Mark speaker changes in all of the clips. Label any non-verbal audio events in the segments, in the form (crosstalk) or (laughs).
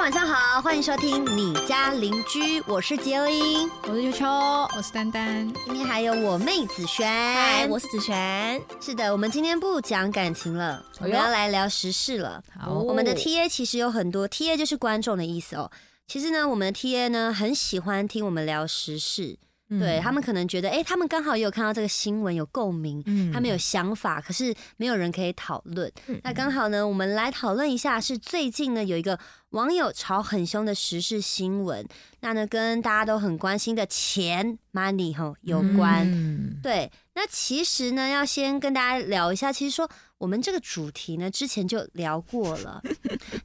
Speaker 1: 晚上好，欢迎收听《你家邻居》，我是杰英，
Speaker 2: 我是秋秋，我是丹丹。
Speaker 1: 今天还有我妹子璇，
Speaker 3: 嗨，我是子璇。哎
Speaker 1: 是的，我们今天不讲感情了，我们要来聊时事了。
Speaker 2: 好
Speaker 3: 哦
Speaker 2: 哦
Speaker 1: 我们的 T A 其实有很多，T A 就是观众的意思哦。其实呢，我们的 T A 呢很喜欢听我们聊时事，
Speaker 3: 嗯
Speaker 1: 对他们可能觉得，哎、他们刚好也有看到这个新闻有共鸣，
Speaker 2: 嗯
Speaker 1: 他们有想法，可是没有人可以讨论。
Speaker 3: 嗯
Speaker 1: 那刚好呢，我们来讨论一下，是最近呢有一个网友吵很凶的时事新闻，那呢跟大家都很关心的钱 money 吼有关。
Speaker 2: 嗯。
Speaker 1: 对，那其实呢，要先跟大家聊一下，其实说我们这个主题呢，之前就聊过了，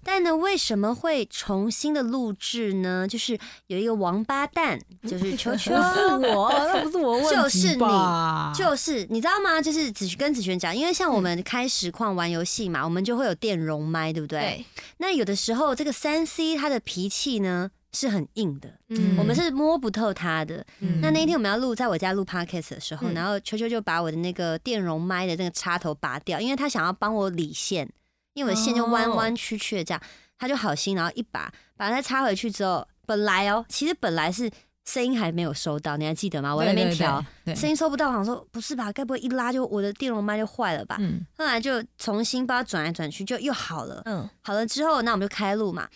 Speaker 1: 但呢，为什么会重新的录制呢？就是有一个王八蛋，就是球球
Speaker 2: 不是我，嗯那不是我问题吧，
Speaker 1: 就是你知道吗？就是子跟子璇讲，因为像我们开实况玩游戏嘛，我们就会有电容麦，对不对？
Speaker 3: 对，
Speaker 1: 那有的时候这个三 C 它的脾气呢是很硬的，
Speaker 2: 嗯
Speaker 1: 我们是摸不透它的。
Speaker 2: 嗯
Speaker 1: 那那一天我们要录在我家录 podcast 的时候，
Speaker 3: 嗯
Speaker 1: 然后球球就把我的那个电容麦的那个插头拔掉，因为他想要帮我理线，因为我的线就弯弯曲曲的这样，他就好心，然后一把把它插回去之后，本来哦，其实本来是声音还没有收到，你还记得吗？我在那边调，
Speaker 2: 对对对
Speaker 1: 声音收不到，我想说不是吧，该不会一拉就我的电容麦就坏了吧？
Speaker 2: 嗯
Speaker 1: 后来就重新把它转来转去，就又好了。
Speaker 3: 嗯，
Speaker 1: 好了之后，那我们就开录嘛，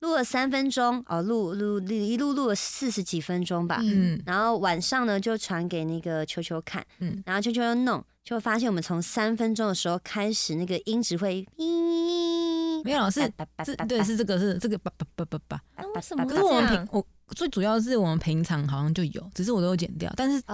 Speaker 1: 录了三分钟，哦，录录录一路录了四十几分钟吧。
Speaker 2: 嗯
Speaker 1: 然后晚上呢就传给那个球球看，
Speaker 2: 嗯
Speaker 1: 然后球球又弄，就发现我们从三分钟的时候开始，那个音质会
Speaker 2: 没有是
Speaker 1: 叭叭
Speaker 2: 是
Speaker 1: 叭叭
Speaker 2: 对是这个是这个吧吧吧吧吧，
Speaker 1: 叭叭叭
Speaker 3: 那为什么
Speaker 2: 可是我们
Speaker 3: 这样
Speaker 2: 平我最主要是我们平常好像就有，只是我都有剪掉，但是
Speaker 1: 哦，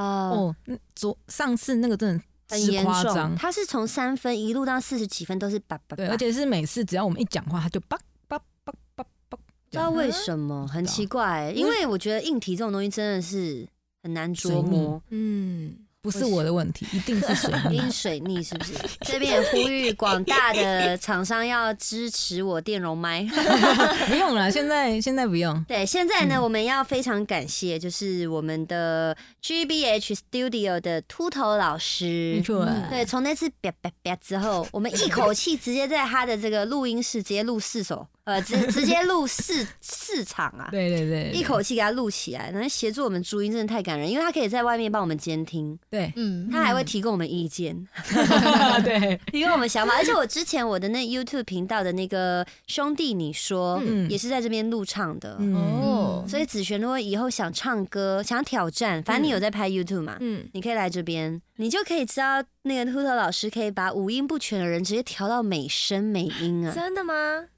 Speaker 2: 哦，嗯昨上次那个真的
Speaker 1: 很
Speaker 2: 是
Speaker 1: 严
Speaker 2: 夸
Speaker 1: 重，
Speaker 2: 张，
Speaker 1: 它是从三分一路到四十几分都是叭叭叭，
Speaker 2: 对，而且是每次只要我们一讲话，他就叭叭叭叭
Speaker 1: 不
Speaker 2: 叭，
Speaker 1: 知道为什么，很奇怪、因为
Speaker 2: 嗯
Speaker 1: 我觉得硬体这种东西真的是很难捉
Speaker 2: 水
Speaker 1: 摸
Speaker 2: 逆。
Speaker 3: 嗯，
Speaker 2: 不是我的问题，一定是水
Speaker 1: 一
Speaker 2: 逆
Speaker 1: 定。是水逆是不是？这边也呼吁广大的厂商要支持我电容麦。 (laughs)
Speaker 2: 不用了，现在现在不用。
Speaker 1: 对，现在
Speaker 2: 嗯
Speaker 1: 呢，我们要非常感谢，就是我们的 GBH Studio 的秃头老师
Speaker 2: 没。错，
Speaker 1: 对，从那次叭叭叭之后，我们一口气直接在他的这个录音室直接录四首，呃，直 (laughs) 直接录四四场啊，
Speaker 2: 对对对，
Speaker 1: 一口气给他录起来，然后协助我们注音，真的太感人，因为他可以在外面帮我们监听，
Speaker 2: 对
Speaker 4: 嗯，
Speaker 1: 他还会提供我们意见。
Speaker 2: (laughs) 嗯对，
Speaker 1: 提供我们想法，而且我之前我的那 YouTube 频道的那个兄弟，你说、
Speaker 2: 嗯
Speaker 1: 也是在这边录唱的。
Speaker 2: 嗯，
Speaker 3: 哦，
Speaker 1: 所以子璇，如果以后想唱歌、想挑战，
Speaker 2: 嗯
Speaker 1: 反正你有在拍 YouTube 嘛，
Speaker 3: 嗯，
Speaker 1: 你可以来这边，你就可以知道那个秃头老师可以把五音不全的人直接调到美声美音啊。
Speaker 3: 真的吗？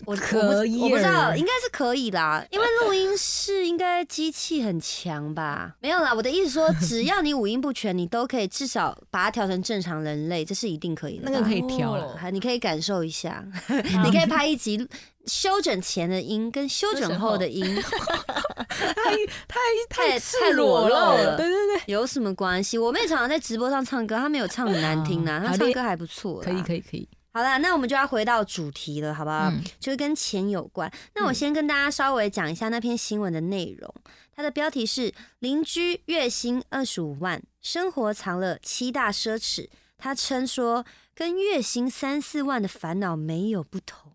Speaker 1: 我我不
Speaker 2: 可以
Speaker 1: 我不知道，应该是可以啦，因为录音室应该机器很强吧？没有啦，我的意思说，只要你五音不全，你都可以至少把它调成正常人类，这是一定可以的吧。
Speaker 2: 那个可以嗯调了。
Speaker 3: 哦
Speaker 1: 还你可以感受一下，你可以拍一集修整前的音跟修整后的音
Speaker 2: (laughs) 太
Speaker 1: 太
Speaker 2: 赤
Speaker 1: 裸露
Speaker 2: 了，
Speaker 1: 了
Speaker 2: 对对对，
Speaker 1: 有什么关系？我妹常常在直播上唱歌，她没有唱很难听啦，
Speaker 2: 啊
Speaker 1: 她
Speaker 2: 好的
Speaker 1: 唱歌还不错。
Speaker 2: 可以。可以可以，
Speaker 1: 好啦，那我们就要回到主题了，好不好？
Speaker 2: 嗯
Speaker 1: 就是跟钱有关。那我先跟大家稍微讲一下那篇新闻的内容，它的标题是“邻居月薪二十五万，生活藏了七大奢侈”。他称说，跟月薪三四万的烦恼没有不同。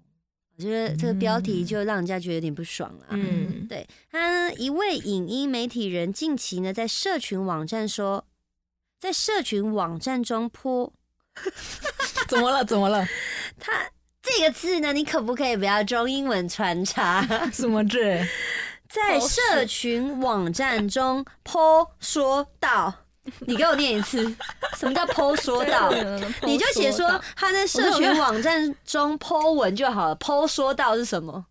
Speaker 1: 我觉得这个标题就让人家觉得有点不爽了、啊。
Speaker 3: 嗯，
Speaker 1: 对他呢，一位影音媒体人近期呢，在社群网站说，在社群网站中泼
Speaker 2: 怎么了怎么了？
Speaker 1: 他这个字呢，你可不可以不要中英文穿
Speaker 2: (laughs)
Speaker 1: 插？
Speaker 2: 什么字？
Speaker 1: 在社群网站中剖说到，你给我念一次，什么叫剖说
Speaker 3: (laughs)
Speaker 1: 到？你就写说他在社群网站中剖文就好了。剖说到是什
Speaker 2: (laughs)
Speaker 1: 么？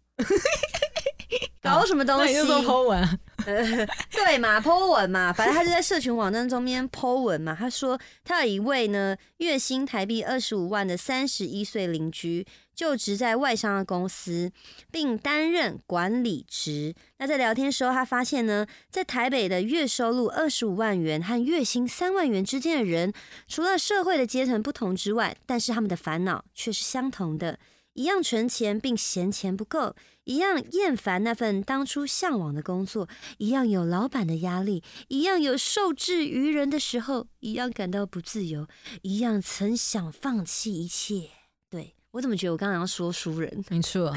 Speaker 1: 搞什么东
Speaker 2: 那
Speaker 1: 西
Speaker 2: 你？就说 Po 文啊，
Speaker 1: (laughs) 对嘛，Po 文嘛，反正他就在社群网站中间 Po 文嘛。他说他有一位呢月薪台币二十五万的三十一岁邻居，就职在外商的公司，并担任管理职。那在聊天时候，他发现呢，在台北的月收入二十五万元和月薪三万元之间的人，除了社会的阶层不同之外，但是他们的烦恼却是相同的。一样存钱，并嫌钱不够；一样厌烦那份当初向往的工作，一样有老板的压力，一样有受制于人的时候，一样感到不自由，一样曾想放弃一切。对我怎么觉得我刚刚要说书人？
Speaker 2: 没错，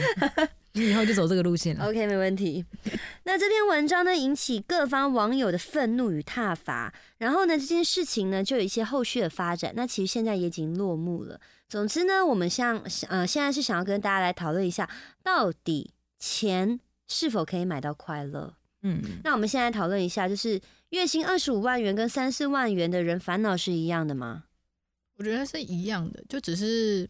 Speaker 2: 你以后就走这个路线了。
Speaker 1: OK，没问题。那这篇文章呢，引起各方网友的愤怒与挞伐。然后呢，这件事情呢，就有一些后续的发展。那其实现在也已经落幕了。总之呢，我们像呃，现在是想要跟大家来讨论一下，到底钱是否可以买到快乐？
Speaker 2: 嗯，
Speaker 1: 那我们现在讨论一下，就是月薪二十五万元跟三四万元的人烦恼是一样的吗？
Speaker 4: 我觉得是一样的，就只是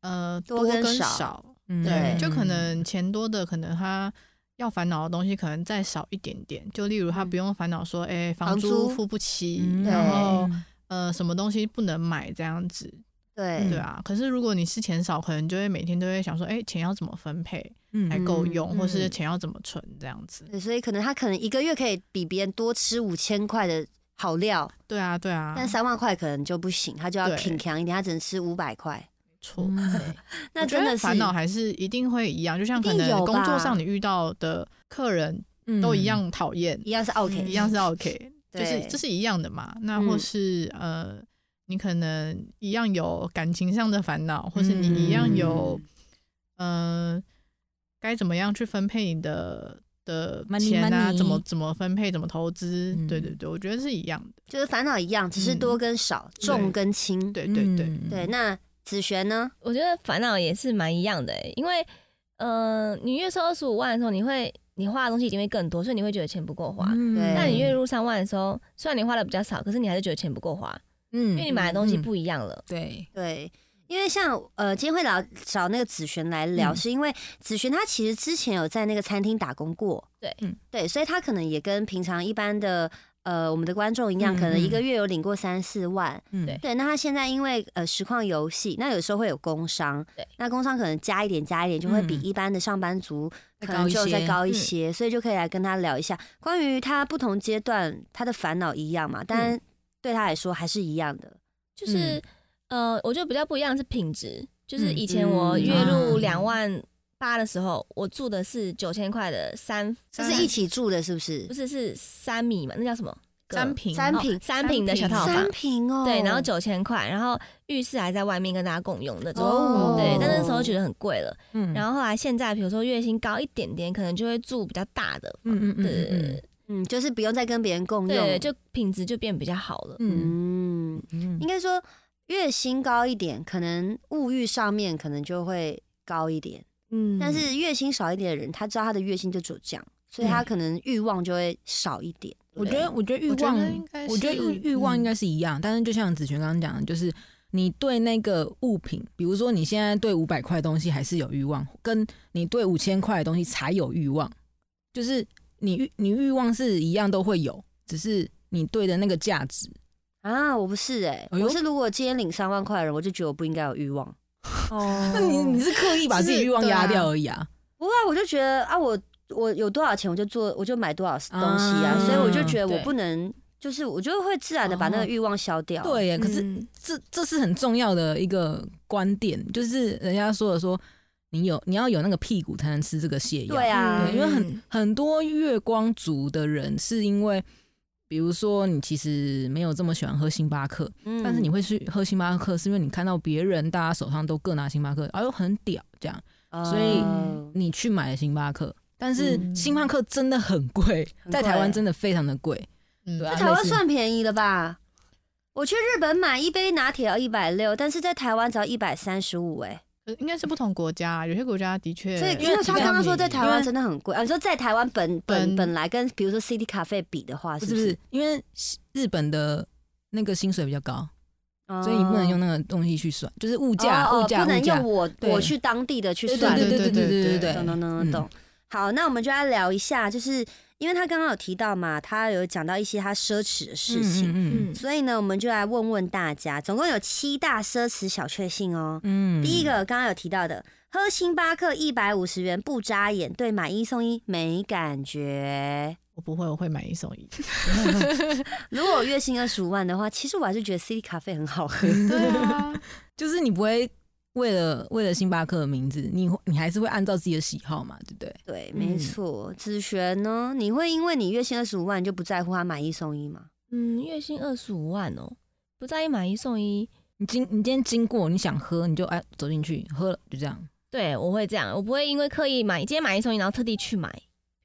Speaker 4: 呃
Speaker 1: 多跟
Speaker 4: 跟
Speaker 1: 少
Speaker 2: 嗯
Speaker 4: 对
Speaker 1: 对，
Speaker 4: 就可能钱多的，可能他要烦恼的东西可能再少一点点，就例如他
Speaker 1: 嗯
Speaker 4: 不用烦恼说，哎、
Speaker 1: 房
Speaker 4: 房
Speaker 1: 租
Speaker 4: 租付不起，
Speaker 2: 嗯
Speaker 4: 然后
Speaker 2: 嗯
Speaker 4: 呃什么东西不能买这样子，
Speaker 1: 对，
Speaker 4: 对啊。可是如果你是钱少，可能就会每天都会想说，哎、钱要怎么分配才
Speaker 2: 嗯
Speaker 4: 够用，
Speaker 1: 嗯
Speaker 4: 或是钱要怎么存这样子。
Speaker 1: 对所以可能他可能一个月可以比别人多吃五千块的好料，
Speaker 4: 对啊，对啊，
Speaker 1: 但三万块可能就不行，他就要
Speaker 4: 对
Speaker 1: 挺强一点，他只能吃五百块。
Speaker 4: 错。
Speaker 2: 嗯
Speaker 4: (laughs)
Speaker 1: 那
Speaker 4: 我觉
Speaker 1: 真的
Speaker 4: 得
Speaker 1: 是
Speaker 4: 烦恼还是一定会一样，就像可
Speaker 1: 一定有
Speaker 4: 能工
Speaker 1: 吧
Speaker 4: 作上你遇到的客人
Speaker 2: 嗯
Speaker 4: 都一样讨厌，
Speaker 1: 一样是 OK，、
Speaker 4: 嗯一样是 OK，就是
Speaker 1: 嗯对
Speaker 4: 这是一样的嘛。那或
Speaker 1: 嗯
Speaker 4: 是、呃，你可能一样有感情上的烦恼，或是你一
Speaker 1: 嗯
Speaker 4: 样有、呃，该怎么样去分配你的的
Speaker 2: Money,
Speaker 4: 钱啊？
Speaker 2: money
Speaker 4: 怎么怎么分配？怎么投资？
Speaker 2: 嗯
Speaker 4: 对对对，我觉得是一样的。
Speaker 1: 就是烦恼一样，只是多跟少，重跟轻。
Speaker 4: 嗯对对对，
Speaker 2: 嗯
Speaker 1: 对，那子璇呢？
Speaker 3: 我觉得烦恼也是蛮一样的、欸，因为呃，你月收二十五万的时候，你会你花的东西一定会更多，所以你会觉得钱不够花。
Speaker 2: 嗯
Speaker 1: 对
Speaker 3: 但你月
Speaker 2: 入，
Speaker 3: 入三万的时候，虽然你花的比较少，可是你还是觉得钱不够花，
Speaker 2: 嗯
Speaker 3: 因为你买的东西
Speaker 2: 嗯
Speaker 3: 不一样了。
Speaker 2: 对，
Speaker 1: 对。因为像呃，今天会聊找那个子璇来聊，
Speaker 2: 嗯
Speaker 1: 是因为子璇她其实之前有在那个餐厅打工过，
Speaker 3: 对
Speaker 2: 嗯
Speaker 1: 对，所以她可能也跟平常一般的呃我们的观众一样，
Speaker 2: 嗯
Speaker 1: 可能一
Speaker 2: 嗯
Speaker 1: 个月有领过三四万，
Speaker 2: 嗯
Speaker 3: 对
Speaker 1: 对，那他现在因为呃实况游戏，那有时候会有工伤，
Speaker 3: 对，
Speaker 1: 那工伤可能加一点加一点，就会比
Speaker 2: 嗯
Speaker 1: 一般的上班族
Speaker 2: 再
Speaker 1: 可
Speaker 2: 高
Speaker 1: 能
Speaker 2: 一
Speaker 1: 就再
Speaker 2: 些
Speaker 1: 高一
Speaker 3: 嗯
Speaker 1: 些，所以就可以来跟他聊一下关于他不同阶段他的烦恼一样嘛，
Speaker 2: 嗯
Speaker 1: 但对他来说还是一样的，
Speaker 3: 就是、呃，我觉得比较不一样的是品质，就是
Speaker 2: 嗯
Speaker 3: 以前我月入
Speaker 2: 嗯
Speaker 3: 两万八的时候，我住的是九千块的三，
Speaker 1: 就
Speaker 4: 当
Speaker 1: 是
Speaker 4: 然
Speaker 1: 一起住的，是不是
Speaker 3: 不？是是三米嘛，那叫什么？
Speaker 4: 三平
Speaker 1: 三
Speaker 3: 哦
Speaker 1: 平
Speaker 3: 三平的小套房
Speaker 1: 三。平哦，
Speaker 3: 对，然后九千块，然后浴室还在外面跟大家共用那种。
Speaker 1: 哦
Speaker 3: 对，但那时候觉得很贵了。
Speaker 2: 嗯
Speaker 3: 然后后来现在，比如说月薪高一点点，可能就会住比较大的。
Speaker 2: 嗯嗯嗯
Speaker 3: 对对
Speaker 2: 嗯
Speaker 3: 对
Speaker 1: 嗯，就是不用再跟别人共用，
Speaker 3: 对，就品质就变比较好了。
Speaker 2: 嗯
Speaker 1: 嗯，
Speaker 2: 嗯
Speaker 1: 应该说月薪高一点，可能物欲上面可能就会高一点。
Speaker 2: 嗯
Speaker 1: 但是月薪少一点的人，他知道他的月薪就只有这样，所以他可能欲望就会少一点。
Speaker 2: 我觉得，我觉得欲
Speaker 4: 我觉
Speaker 2: 望
Speaker 4: 得应该，
Speaker 2: 我觉得
Speaker 4: 是
Speaker 2: 欲欲望应
Speaker 4: 嗯
Speaker 2: 该是一样，但是就像子璇刚刚讲的，就是你对那个物品，比如说你现在对五百块的东西还是有欲望，跟你对五千块的东西才有欲望，就是你欲你欲望是一样都会有，只是你对的那个价值
Speaker 1: 啊，我不是哎、
Speaker 2: 哎呦
Speaker 1: 我是如果今天领三万块的人，我就觉得我不应该有欲
Speaker 3: (laughs)
Speaker 1: 望。
Speaker 2: 哦，那你你是刻意把自己欲望压掉而已啊，
Speaker 1: 不会啊，我就觉得啊，我我有多少钱我就做，我就买多少东西啊，
Speaker 2: 啊
Speaker 1: 所以我就觉得我
Speaker 3: 对
Speaker 1: 不能，就是我就会自然的把那个欲望消掉。
Speaker 2: 哦对耶，可是
Speaker 3: 嗯
Speaker 2: 这这是很重要的一个观点，就是人家说的说，你有你要有那个屁股才能吃这个泻药，
Speaker 1: 对啊
Speaker 2: 对，因为很
Speaker 3: 嗯
Speaker 2: 很多月光族的人是因为，比如说你其实没有这么喜欢喝星巴克，
Speaker 1: 嗯
Speaker 2: 但是你会去喝星巴克，是因为你看到别人大家手上都各拿星巴克，哎呦很屌这样，所以
Speaker 1: 哦
Speaker 2: 你去买了星巴克。但是
Speaker 4: 嗯
Speaker 2: 星巴克真的很贵，
Speaker 1: 很
Speaker 2: 在
Speaker 1: 贵
Speaker 2: 台湾真的非常的贵，
Speaker 4: 嗯
Speaker 2: 对啊
Speaker 1: 在台
Speaker 2: 类
Speaker 1: 湾
Speaker 2: 似
Speaker 1: 算便宜了吧？我去日本买一杯拿铁要一百六，但是在台湾只要一百三十五哎。
Speaker 4: 呃应该是不同国家，有些国家的确，
Speaker 1: 所以，因
Speaker 2: 因
Speaker 1: 为
Speaker 2: 为
Speaker 1: 他
Speaker 2: 比较
Speaker 1: 刚刚说在
Speaker 2: 便宜
Speaker 1: 台湾
Speaker 2: 因为
Speaker 1: 真的很贵啊，你说在台湾本本
Speaker 4: 本
Speaker 1: 本来跟比如说 City 咖啡比的话，是
Speaker 2: 不是
Speaker 1: 不
Speaker 2: 不是
Speaker 1: 是？？
Speaker 2: 因为日本的那个薪水比较高，
Speaker 1: 哦
Speaker 2: 所以你不能用那个东西去算，就是物价，
Speaker 1: 哦哦
Speaker 2: 物价，
Speaker 1: 不能
Speaker 2: 物价
Speaker 1: 用我
Speaker 2: 对
Speaker 1: 我去当地的去
Speaker 2: 对
Speaker 1: 算，
Speaker 2: 对对对对对对
Speaker 4: 对
Speaker 1: 懂懂
Speaker 2: 对，
Speaker 1: 懂懂
Speaker 2: 嗯
Speaker 1: 懂。好，那我们就来聊一下，就是因为他刚刚有提到嘛，他有讲到一些他奢侈的事情，
Speaker 2: 嗯
Speaker 3: 嗯，
Speaker 1: 所以呢，我们就来问问大家，总共有七大奢侈小确幸哦。
Speaker 2: 嗯
Speaker 1: 第一个刚刚有提到的，喝星巴克一百五十元不眨眼，对买一送一没感觉。
Speaker 4: 我不会，我会买一
Speaker 1: (laughs)
Speaker 4: 送一。
Speaker 1: 如果我月薪二十五万的话，其实我还是觉得 City 咖啡很好
Speaker 2: (laughs)
Speaker 1: 喝。
Speaker 4: 对啊，
Speaker 2: 就是你不会为了为了星巴克的名字，你会你还是会按照自己的喜好嘛，对不对？
Speaker 1: 对，
Speaker 2: 嗯
Speaker 1: 没错。子璇呢？你会因为你月薪二十五万就不在乎他买一送一吗？
Speaker 3: 嗯，月薪二十五万哦，不在意买一送一。
Speaker 2: 你今你今天经过，你想喝，你就哎走进去喝了，就这样。
Speaker 3: 对我会这样，我不会因为刻意买今天买一送一，然后特地去买，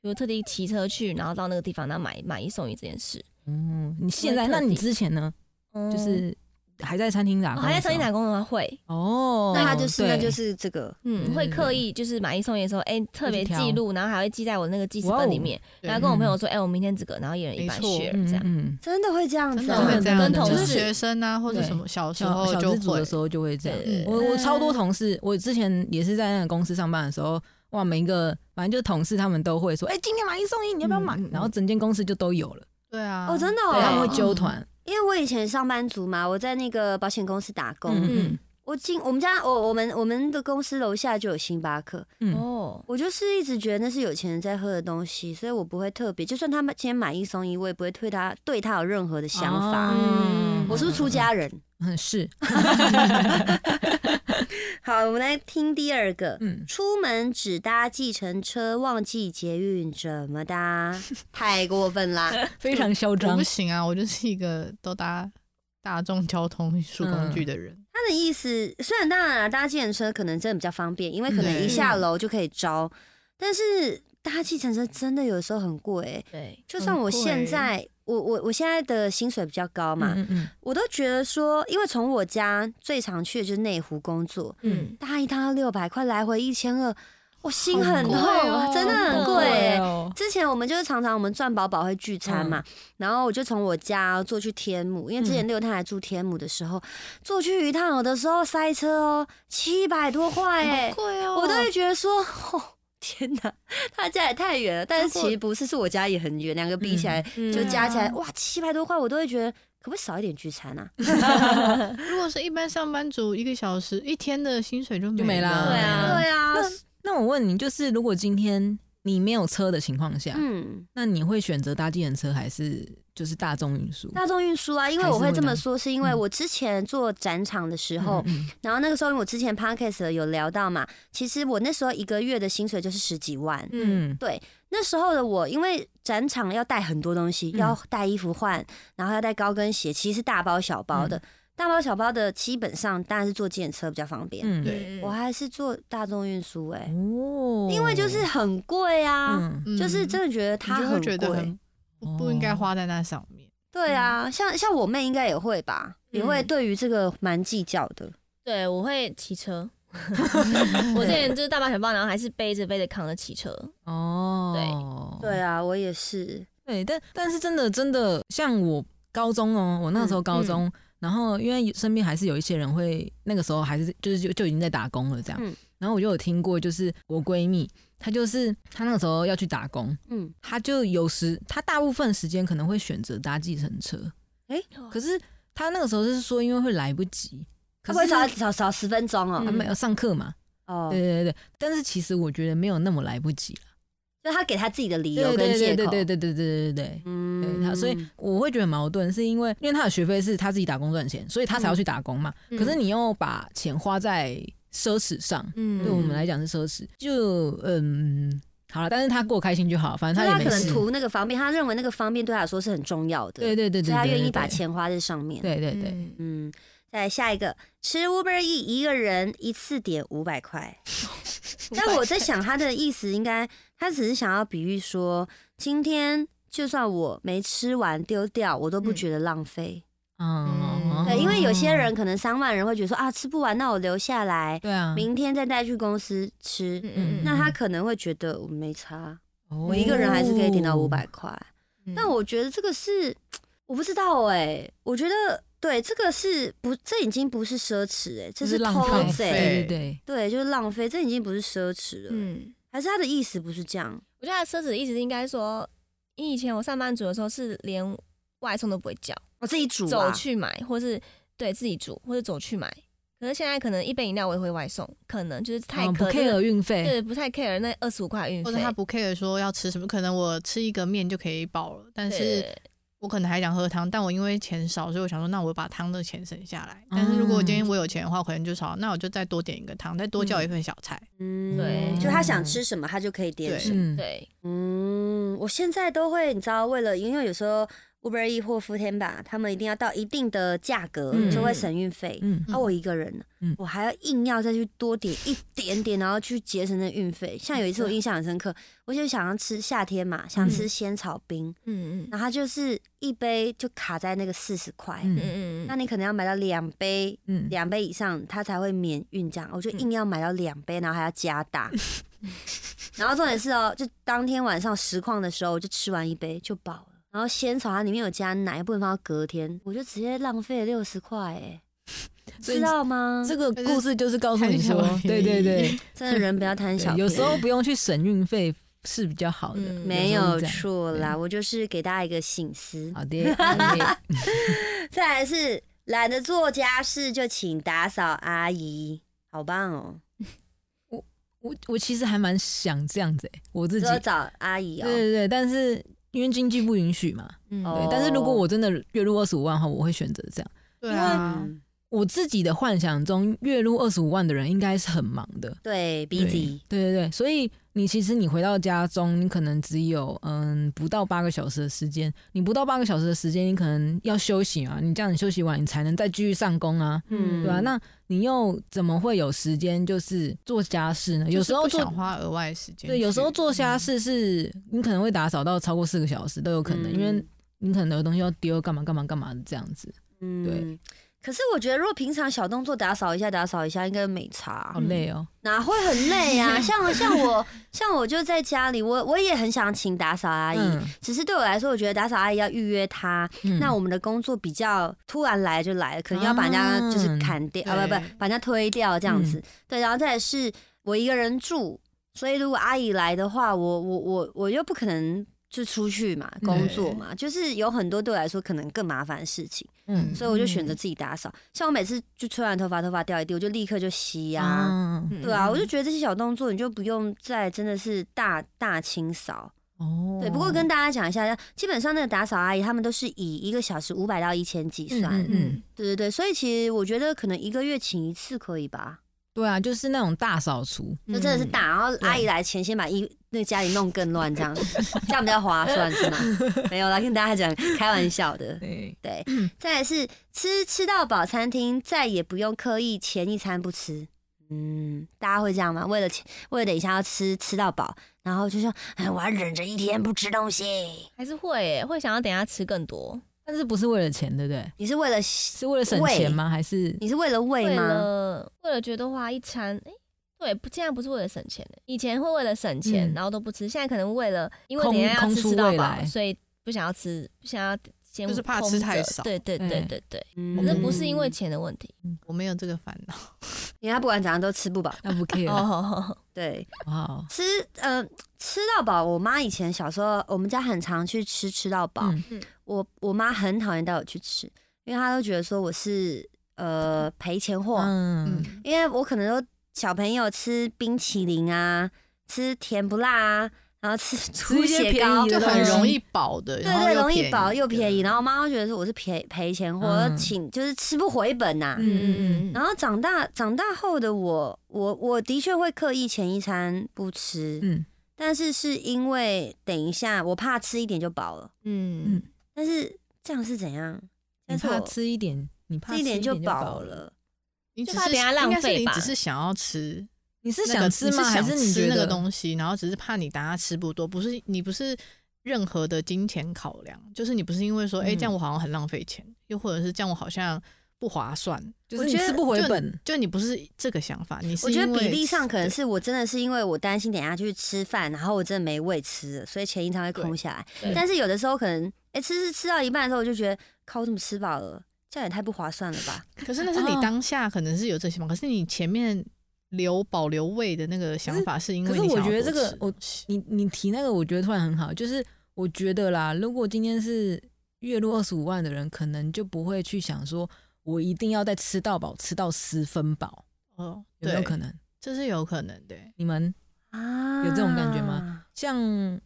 Speaker 3: 比如特地骑车去，然后到那个地方，然后买买一送一这件事。
Speaker 2: 嗯，你现在，
Speaker 3: 特
Speaker 2: 那
Speaker 3: 地
Speaker 2: 你之前呢？
Speaker 3: 嗯
Speaker 2: 就是还在餐厅打
Speaker 3: 哦
Speaker 2: 工的时候、
Speaker 3: 还在餐厅打工的话会，
Speaker 2: 哦，
Speaker 1: 那他就是那
Speaker 2: 对
Speaker 1: 就是这个，
Speaker 3: 嗯，
Speaker 2: 对
Speaker 3: 会
Speaker 2: 对
Speaker 3: 刻
Speaker 2: 对
Speaker 3: 意就是买一送一的时候，哎、特
Speaker 2: 会
Speaker 3: 别
Speaker 2: 去
Speaker 3: 记
Speaker 2: 挑
Speaker 3: 录，然后还会记在我那个记事
Speaker 2: 哇
Speaker 3: 本里
Speaker 2: 哦
Speaker 3: 面，
Speaker 4: 对
Speaker 3: 然后跟我
Speaker 2: 嗯
Speaker 3: 朋友说，哎、我明天这个，然后一人一
Speaker 4: 没
Speaker 3: 半
Speaker 4: 错
Speaker 3: share
Speaker 2: 嗯
Speaker 3: 这样。
Speaker 2: 嗯，
Speaker 1: 真的会这样
Speaker 4: 真
Speaker 1: 子
Speaker 4: 的
Speaker 1: 哦、
Speaker 4: 会这样
Speaker 3: 跟
Speaker 4: 的，
Speaker 3: 同
Speaker 4: 就是
Speaker 3: 事
Speaker 4: 学生啊，或者
Speaker 2: 对
Speaker 4: 什么小时
Speaker 2: 小
Speaker 4: 候
Speaker 2: 小
Speaker 4: 就
Speaker 2: 资组
Speaker 4: 会
Speaker 2: 的时候就会这样。
Speaker 3: 对
Speaker 2: 我我超
Speaker 1: 嗯
Speaker 2: 多同事，我之前也是在那个公司上班的时候，哇，每一个反正就是同事他们都会说，哎、今天买一送一，你要不要买？
Speaker 3: 嗯嗯嗯
Speaker 2: 然后整间公司就都有了，
Speaker 4: 对啊，
Speaker 1: 哦，真的、哦，
Speaker 2: 对，他们会
Speaker 3: 哦
Speaker 2: 揪团，
Speaker 1: 因为我以前上班族嘛，我在那个保险公司打工，
Speaker 2: 嗯
Speaker 1: 我进我们家哦我我们我们的公司楼下就有星巴克，
Speaker 2: 嗯嗯，
Speaker 3: 哦，
Speaker 1: 我就是一直觉得那是有钱人在喝的东西，所以我不会特别，就算他们今天买一送一，我也不会对他对他有任何的想法。
Speaker 2: 哦
Speaker 1: 我是不是出，家人？
Speaker 2: 嗯是，
Speaker 1: 好，我们来听第二个。 (laughs)
Speaker 2: 嗯，
Speaker 1: 出门只搭计程车，忘记捷运怎么
Speaker 2: (laughs)
Speaker 1: 搭？太过分啦！
Speaker 2: 非常嚣
Speaker 4: 我
Speaker 2: 张
Speaker 4: 不，行啊，我就是一个都搭大众交通运输工具的人。
Speaker 1: 他的意思虽然当然啦，搭计程车可能真的比较方便，因为可能
Speaker 4: 嗯
Speaker 1: 一下楼就可以招，但是搭计程车真的有时候很贵、欸。
Speaker 3: 对，
Speaker 1: 就算我现在，我我我现在的薪水比较高嘛，
Speaker 2: 嗯嗯
Speaker 1: 我都觉得说，因为从我家最常去的就是内湖工作，
Speaker 2: 嗯，
Speaker 1: 搭一趟六百块，来回一千二，我心很痛，
Speaker 4: 好贵哦
Speaker 1: 真的很
Speaker 3: 好
Speaker 1: 贵、
Speaker 3: 贵
Speaker 1: 欸。
Speaker 2: 哦，
Speaker 1: 之前我们就是常常我们赚饱饱会聚餐嘛，然后我就从我家坐去天母，因为之前六太还住天母的时候，坐去一趟有的时候塞车哦，七百多块哎、
Speaker 4: 贵哦
Speaker 1: 我都会觉得说， (laughs) 哦，天哪，他家也太远了。但是其实不是，是我家也很远，两
Speaker 2: 嗯
Speaker 1: 个比起来、就
Speaker 3: 就
Speaker 1: 加起来，哇，七百多块，我都会觉得可不可以少一点聚餐啊？
Speaker 4: 如果是一般上班族，一个小时一天的薪水就
Speaker 2: 就没啦
Speaker 4: 了。
Speaker 3: 对啊
Speaker 1: 对啊，
Speaker 2: 那我问你，就是如果今天你没有车的情况下，
Speaker 1: 嗯，
Speaker 2: 那你会选择搭计程车还是就是大众运输？
Speaker 1: 大众运输啊，因为
Speaker 2: 还是
Speaker 1: 我会这
Speaker 2: 会
Speaker 1: 么
Speaker 2: 的
Speaker 1: 说，是因为我之前做展场的时候，
Speaker 2: 嗯
Speaker 1: 然后那个时候因为我之前 podcast 有聊到嘛，其实我那时候一个月的薪水就是十几万。
Speaker 3: 嗯，
Speaker 2: 嗯
Speaker 1: 那时候的我，因为展场要带很多东西，
Speaker 2: 嗯
Speaker 1: 要带衣服换，然后要带高跟鞋，其实是大包小包的。大包小包的基本上当然是坐电车比较方便，
Speaker 2: 嗯，
Speaker 4: 对
Speaker 3: 嗯
Speaker 1: 我还是坐大众运输哎，
Speaker 2: 哦，
Speaker 1: 因为就是很贵啊，
Speaker 2: 嗯
Speaker 4: 嗯
Speaker 1: 就是真的觉得它
Speaker 4: 你就
Speaker 1: 很
Speaker 4: 会觉得
Speaker 1: 贵。
Speaker 4: 很不不应该花在那上面。
Speaker 1: 对啊，像像我妹应该也会吧，也会
Speaker 3: 嗯
Speaker 1: 对于这个蛮计较的。
Speaker 3: 对，我会骑车。 (laughs) 我之前就是大包小包，然后还是背着背着扛着骑车。
Speaker 2: 哦，
Speaker 1: 啊对啊，我也是，
Speaker 2: 对，但但是真的真的，像我高中哦，我那时
Speaker 1: 嗯
Speaker 2: 候高中，然后因为身边还是有一些人会那个时候还是就是就就已经在打工了这样，
Speaker 1: 嗯
Speaker 2: 然后我就有听过，就是我闺蜜，她就是她那个时候要去打工，
Speaker 1: 嗯，
Speaker 2: 她就有时她大部分时间可能会选择搭计程车，
Speaker 1: 诶
Speaker 2: 可是她那个时候是说因为会来不及，
Speaker 1: 她
Speaker 2: 可
Speaker 1: 不会
Speaker 2: 是嗯
Speaker 1: 少少少十分钟
Speaker 2: 她
Speaker 1: 哦，
Speaker 2: 没有上课嘛，对
Speaker 1: 哦，
Speaker 2: 对对对，但是其实我觉得没有那么来不及了，
Speaker 1: 就她给她自己的理由
Speaker 2: 对
Speaker 1: 跟
Speaker 2: 对
Speaker 1: 借
Speaker 2: 对对
Speaker 1: 口，
Speaker 2: 对对对对对对。对
Speaker 1: 嗯
Speaker 2: 他，所以我会觉得矛盾，是因为因为他的学费是他自己打工赚钱，所以他才要去打工嘛。
Speaker 3: 嗯
Speaker 2: 可是你又把钱花在奢侈上，
Speaker 3: 嗯
Speaker 2: 对我们来讲是奢侈，就嗯好了，但是他过开心就好，反
Speaker 1: 就
Speaker 2: 正
Speaker 1: 他
Speaker 2: 他
Speaker 1: 可
Speaker 2: 也没
Speaker 1: 能
Speaker 2: 事。
Speaker 1: 图那个方便，他认为那个方便对他来说是很重要的，
Speaker 2: 对对对对，
Speaker 1: 所以他
Speaker 2: 对
Speaker 1: 愿意
Speaker 2: 对
Speaker 1: 把
Speaker 2: 对
Speaker 1: 钱花在上面。
Speaker 2: 对对对，
Speaker 3: 嗯
Speaker 1: 嗯，再来下一个，吃 Uber E 一个人一次点五百块，
Speaker 2: (laughs)
Speaker 1: 但我在想他的意思应该，他只是想要比喻说，今天就算我没吃完丢掉，我都不
Speaker 3: 嗯
Speaker 1: 觉得浪费。
Speaker 2: 嗯，
Speaker 1: 对，因为有些人可能三万人会觉得说啊，吃不完，那我留下来，
Speaker 2: 对啊，
Speaker 1: 明天再带去公司吃。
Speaker 3: 嗯嗯
Speaker 1: 那他可能会觉得我没差，
Speaker 2: 我
Speaker 1: 我一个人还是可以
Speaker 2: 哦
Speaker 1: 点到五百，块。
Speaker 3: 嗯
Speaker 1: 但我觉得这个是我不知道哎、我觉得对这个是不，这已经不是奢侈哎、这
Speaker 2: 就是浪
Speaker 1: 偷
Speaker 2: 费
Speaker 1: 贼，
Speaker 2: 对对对，
Speaker 1: 对，就是浪费，这已经不是奢侈了。
Speaker 3: 嗯，
Speaker 1: 还是他的意思不是这样？
Speaker 3: 我觉得他的奢侈的意思是应该说，以前我上班族的时候是连外送都不会叫，
Speaker 1: 我自己煮
Speaker 3: 走
Speaker 1: 啊，
Speaker 3: 去买，或是对自己煮，或者走去买。可是现在可能一杯饮料我也会外送，可能就是太
Speaker 2: 嗯不
Speaker 3: 可
Speaker 2: care 运费，
Speaker 3: 对，不太 care 那二十五块运
Speaker 4: 或
Speaker 3: 费
Speaker 4: 者。他不 care 说要吃什么，可能我吃一个面就可以饱了，但是
Speaker 3: 对
Speaker 4: 我可能还想喝汤，但我因为钱少，所以我想说，那我把汤的钱省下来。但是如果今天我有钱的话，我可能就少，那我就再多点一个汤，再多叫一份小菜。
Speaker 1: 嗯，
Speaker 3: 对
Speaker 1: 就他想吃什么，他就可以点
Speaker 4: 对
Speaker 1: 什么。
Speaker 2: 嗯，
Speaker 3: 对，
Speaker 1: 嗯，我现在都会，你知道，为了因为有时候 Uber E 或 f o o t a n d a 他们一定要到一定的价格
Speaker 2: 嗯
Speaker 1: 就会省运费。
Speaker 2: 嗯，
Speaker 1: 啊，我一个人，
Speaker 2: 嗯
Speaker 1: 我还要硬要再去多点一点点，然后去节省那运费。像有一
Speaker 2: 嗯
Speaker 1: 次我印象很深刻，我就想要吃夏天嘛，想吃仙草冰，
Speaker 3: 嗯嗯
Speaker 1: 然后它就是一杯就卡在那个四十块，
Speaker 2: 嗯
Speaker 3: 嗯
Speaker 1: 那你可能要买到两杯，
Speaker 2: 嗯，
Speaker 1: 两杯以上它才会免运这样。我就硬要买到两杯，然后还要加
Speaker 2: (laughs)
Speaker 1: 大。然后重点是哦，就当天晚上实况的时候，我就吃完一杯就饱了。然后仙草它里面有加奶，不能放到隔天，我就直接浪费了六十块，哎，
Speaker 2: 嗯所以
Speaker 1: 知道吗？
Speaker 2: 这个故事就是告诉你说
Speaker 4: 贪小，
Speaker 2: 对
Speaker 4: 便
Speaker 2: 对
Speaker 4: 宜
Speaker 2: 对，
Speaker 1: 真的人不要贪小
Speaker 2: 对
Speaker 1: 便宜，
Speaker 2: 有时候不用去省运费是比较好的。
Speaker 3: 嗯
Speaker 1: 没
Speaker 2: 有时候
Speaker 1: 有
Speaker 2: 是这样
Speaker 1: 错啦。我就是给大家一个醒思。
Speaker 2: 好的，OK
Speaker 1: (laughs) 再来是懒得做家事就请打扫阿姨，好棒哦！
Speaker 2: 我我其实还蛮想这样子、欸，我自己，
Speaker 1: 多
Speaker 2: 对
Speaker 1: 找阿姨哦。
Speaker 2: 对啊对，但是因为经济不允许嘛，
Speaker 3: 嗯
Speaker 1: 哦
Speaker 2: 对。但是如果我真的月入二十五万的话，我会选择这样。
Speaker 4: 对啊，
Speaker 1: 嗯
Speaker 2: 我自己的幻想中，月入二十五万的人应该是很忙的，
Speaker 1: 对
Speaker 2: 对
Speaker 1: ，busy，
Speaker 2: 对对对，所以你其实你回到家中，你可能只有嗯不到八个小时的时间，你不到八个小时的时间，你可能要休息啊，你这样你休息完，你才能再继续上工啊，
Speaker 1: 嗯
Speaker 2: 对吧、那你又怎么会有时间就是做家事呢？有时候
Speaker 4: 就是不
Speaker 2: 做
Speaker 4: 想花额外时间去，
Speaker 2: 对，有时候做
Speaker 1: 嗯
Speaker 2: 家事是你可能会打扫到超过四个小时都有可能，因为你可能有东西要丢，干嘛干嘛干嘛的这样子，
Speaker 1: 嗯
Speaker 2: 对
Speaker 1: 嗯可是我觉得，如果平常小动作打扫一下、打扫一下，应该没差啊
Speaker 2: 好，累哦。
Speaker 1: 哪会很累啊？
Speaker 2: (laughs)
Speaker 1: 像像我，像我就在家里，我我也很想请打扫阿姨，
Speaker 2: 嗯
Speaker 1: 只是对我来说，我觉得打扫阿姨要预约她，
Speaker 2: 嗯
Speaker 1: 那我们的工作比较突然来就来了，可能要把人家就是砍掉啊，不
Speaker 4: 对
Speaker 1: 不，把人家推掉这样子。
Speaker 2: 嗯
Speaker 1: 对，然后再来是我一个人住，所以如果阿姨来的话，我我我我又不可能就出去嘛，工作嘛，就是有很多对我来说可能更麻烦的事情，
Speaker 2: 嗯
Speaker 1: 所以我就选择自己打扫。像我每次就吹完头发，头发掉一地，我就立刻就吸呀、
Speaker 2: 啊
Speaker 4: 嗯
Speaker 1: 对啊，我就觉得这些小动作你就不用再真的是大大清扫，
Speaker 2: 哦，
Speaker 1: 对，不过跟大家讲一下，基本上那个打扫阿姨他们都是以一个小时五百到一千几算，
Speaker 2: 嗯嗯
Speaker 1: 对对对，所以其实我觉得可能一个月请一次可以吧，
Speaker 2: 对啊，就是那种大扫除，嗯
Speaker 1: 就嗯真的是大，然后阿姨来前先把衣那家里弄更乱，这样
Speaker 2: (laughs)
Speaker 1: 这样比较划算是吗？没有啦，跟大家讲开玩笑的。
Speaker 2: 对，
Speaker 1: 对，再来是吃吃到饱餐厅，再也不用刻意前一餐不吃。嗯，大家会这样吗？为了前为了等一下要吃吃到饱，然后就说，哎，我要忍着一天不吃东西。
Speaker 3: 还是会耶会想要等一下吃更多，
Speaker 2: 但是不是为了钱，对不对？
Speaker 1: 你是为了
Speaker 2: 是为了省钱吗？还是
Speaker 1: 你是为了胃
Speaker 3: 为
Speaker 1: 吗？
Speaker 3: 了为了觉得花一餐，哎、对，不，现在不是为了省钱的，以前会为了省钱，
Speaker 2: 嗯
Speaker 3: 然后都不吃，现在可能为了因为
Speaker 2: 空
Speaker 3: 等一下要
Speaker 2: 空
Speaker 3: 吃
Speaker 2: 出
Speaker 3: 吃到
Speaker 2: 未
Speaker 3: 饱，
Speaker 2: 来
Speaker 3: 所以不想要吃，不想要先
Speaker 4: 就是怕
Speaker 3: 空
Speaker 4: 吃太
Speaker 3: 着
Speaker 4: 少
Speaker 3: 对对对
Speaker 2: 对
Speaker 3: 对对，
Speaker 1: 嗯
Speaker 3: 那、不是因为，钱的问题
Speaker 4: 我没有这个烦恼。
Speaker 1: 因为他不管怎样都吃不饱。
Speaker 2: 那不 care？
Speaker 3: 哦，
Speaker 1: 对，
Speaker 2: 哇，
Speaker 1: 吃呃吃到饱。我妈以前小时候，我们家很常去吃吃到饱。
Speaker 2: 嗯
Speaker 1: 我我妈很讨厌带我去吃，因为她都觉得说我是呃赔钱货，
Speaker 2: 嗯，
Speaker 4: 嗯，
Speaker 1: 因为我可能都小朋友吃冰淇淋啊，吃甜不辣啊，然后吃猪
Speaker 2: 一些
Speaker 1: 血
Speaker 2: 便
Speaker 1: 糕
Speaker 2: 宜的这
Speaker 4: 就
Speaker 2: 东
Speaker 4: 很
Speaker 2: 西
Speaker 4: 容易饱的，
Speaker 1: 对
Speaker 4: 然后
Speaker 1: 对，容易
Speaker 4: 便
Speaker 1: 饱又
Speaker 4: 的
Speaker 1: 便宜，然后我妈会觉得说我是赔赔钱货，
Speaker 2: 嗯
Speaker 1: 请就是吃不回本呐、
Speaker 2: 嗯嗯
Speaker 1: 然后长大长大后的我，我我的确会刻意前一餐不吃，
Speaker 2: 嗯
Speaker 1: 但是是因为等一下我怕吃一点就饱了。
Speaker 3: 嗯
Speaker 2: 嗯
Speaker 1: 但是这样是怎样？
Speaker 2: 你
Speaker 1: 但是
Speaker 2: 怕
Speaker 1: 我
Speaker 2: 吃一点，你怕
Speaker 1: 吃一点
Speaker 2: 就
Speaker 1: 就饱。了。
Speaker 4: 你只
Speaker 3: 就怕
Speaker 4: 是
Speaker 3: 等下浪
Speaker 4: 应该是
Speaker 3: 费
Speaker 4: 你
Speaker 3: 吧
Speaker 4: 只是想要吃
Speaker 2: 你是
Speaker 4: 那个，
Speaker 2: 想吃吗？
Speaker 4: 你是
Speaker 2: 还
Speaker 4: 想
Speaker 2: 是你
Speaker 4: 吃
Speaker 2: 觉
Speaker 4: 那个
Speaker 2: 得
Speaker 4: 东西，然后只是怕你大家吃不多，不是你不是任何的金钱考量，就是你不是因为说，哎、
Speaker 2: 嗯
Speaker 4: 这样我好像很浪费钱，又或者是这样我好像不划算，
Speaker 2: 就是
Speaker 1: 我
Speaker 2: 你
Speaker 1: 觉得
Speaker 2: 吃不回本？
Speaker 4: 就你不是这个想法，你是
Speaker 1: 我觉得
Speaker 4: 因
Speaker 1: 比
Speaker 4: 为
Speaker 1: 例上可能
Speaker 4: 对
Speaker 1: 是我真的是因为我担心等一下去吃饭，然后我真的没胃吃了，所以前一餐会空下来。
Speaker 3: 对
Speaker 1: 但是有的时候可能，哎、吃吃吃到一半的时候，我就觉得靠，我怎么吃饱了？这样也太不划算了吧？
Speaker 4: 可是那是你
Speaker 2: 哦
Speaker 4: 当下可能是有这些嘛，可是你前面留保留胃的那个想法是因为
Speaker 2: 可是
Speaker 4: 你想
Speaker 2: 我
Speaker 4: 要
Speaker 2: 觉得
Speaker 4: 多
Speaker 2: 这个我
Speaker 4: 吃
Speaker 2: 你你提那个，我觉得突然很好，就是我觉得啦，如果今天是月入二十五万的人，可能就不会去想说我一定要再吃到饱，吃到十分饱，
Speaker 4: 哦，
Speaker 2: 有没有
Speaker 4: 对
Speaker 2: 可能？
Speaker 4: 这是有可能的。
Speaker 2: 你们
Speaker 1: 啊，
Speaker 2: 有这种感觉吗？像嗯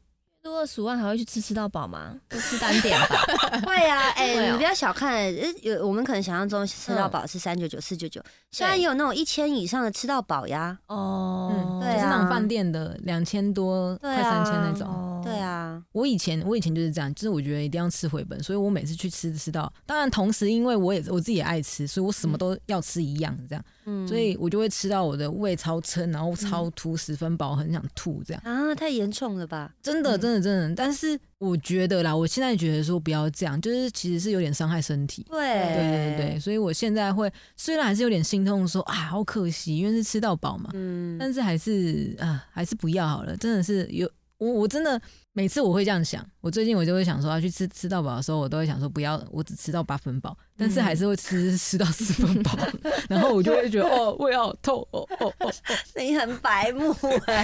Speaker 3: 如果十五万还会去吃吃到饱吗？就吃单点吧，
Speaker 1: (laughs) 会
Speaker 3: (laughs)
Speaker 1: 啊，哎、
Speaker 3: 会哦嗯
Speaker 1: 你不要小看、呃有我们可能想象中吃到饱是三九九、四九九，现在也有那种一千以上的吃到饱呀。
Speaker 3: 哦，
Speaker 2: 嗯，
Speaker 1: 对
Speaker 2: 就是
Speaker 1: 啊
Speaker 2: 那种饭店的两千多、
Speaker 1: 对啊
Speaker 2: 快三千那种，
Speaker 3: 哦，
Speaker 1: 对啊，
Speaker 2: 我以前我以前就是这样，就是我觉得一定要吃回本，所以我每次去吃吃到，当然同时因为我也我自己也爱吃，所以我什么都要吃一样这样，
Speaker 1: 嗯，
Speaker 2: 所以我就会吃到我的胃超撑，然后超吐，十分饱，很想吐这样。
Speaker 1: 啊，太严重了吧？
Speaker 2: 真的，
Speaker 4: 嗯
Speaker 2: 真的，真的。但是我觉得啦，我现在觉得说不要这样，就是其实是有点伤害身体。
Speaker 1: 对，
Speaker 2: 对对对，所以我现在会虽然还是有点心痛说啊，好可惜，因为是吃到饱嘛，
Speaker 1: 嗯， (laughs)
Speaker 2: 但是还是啊，还是不要好了。真的是有我，我真的每次我会这样想，我最近我就会想说啊要去吃吃到饱的时候，我都会想说不要，我只吃到八分饱，但是还是会吃、吃到四分饱，然后我就会觉得哦，胃好痛哦哦哦，
Speaker 1: 你很白目哎、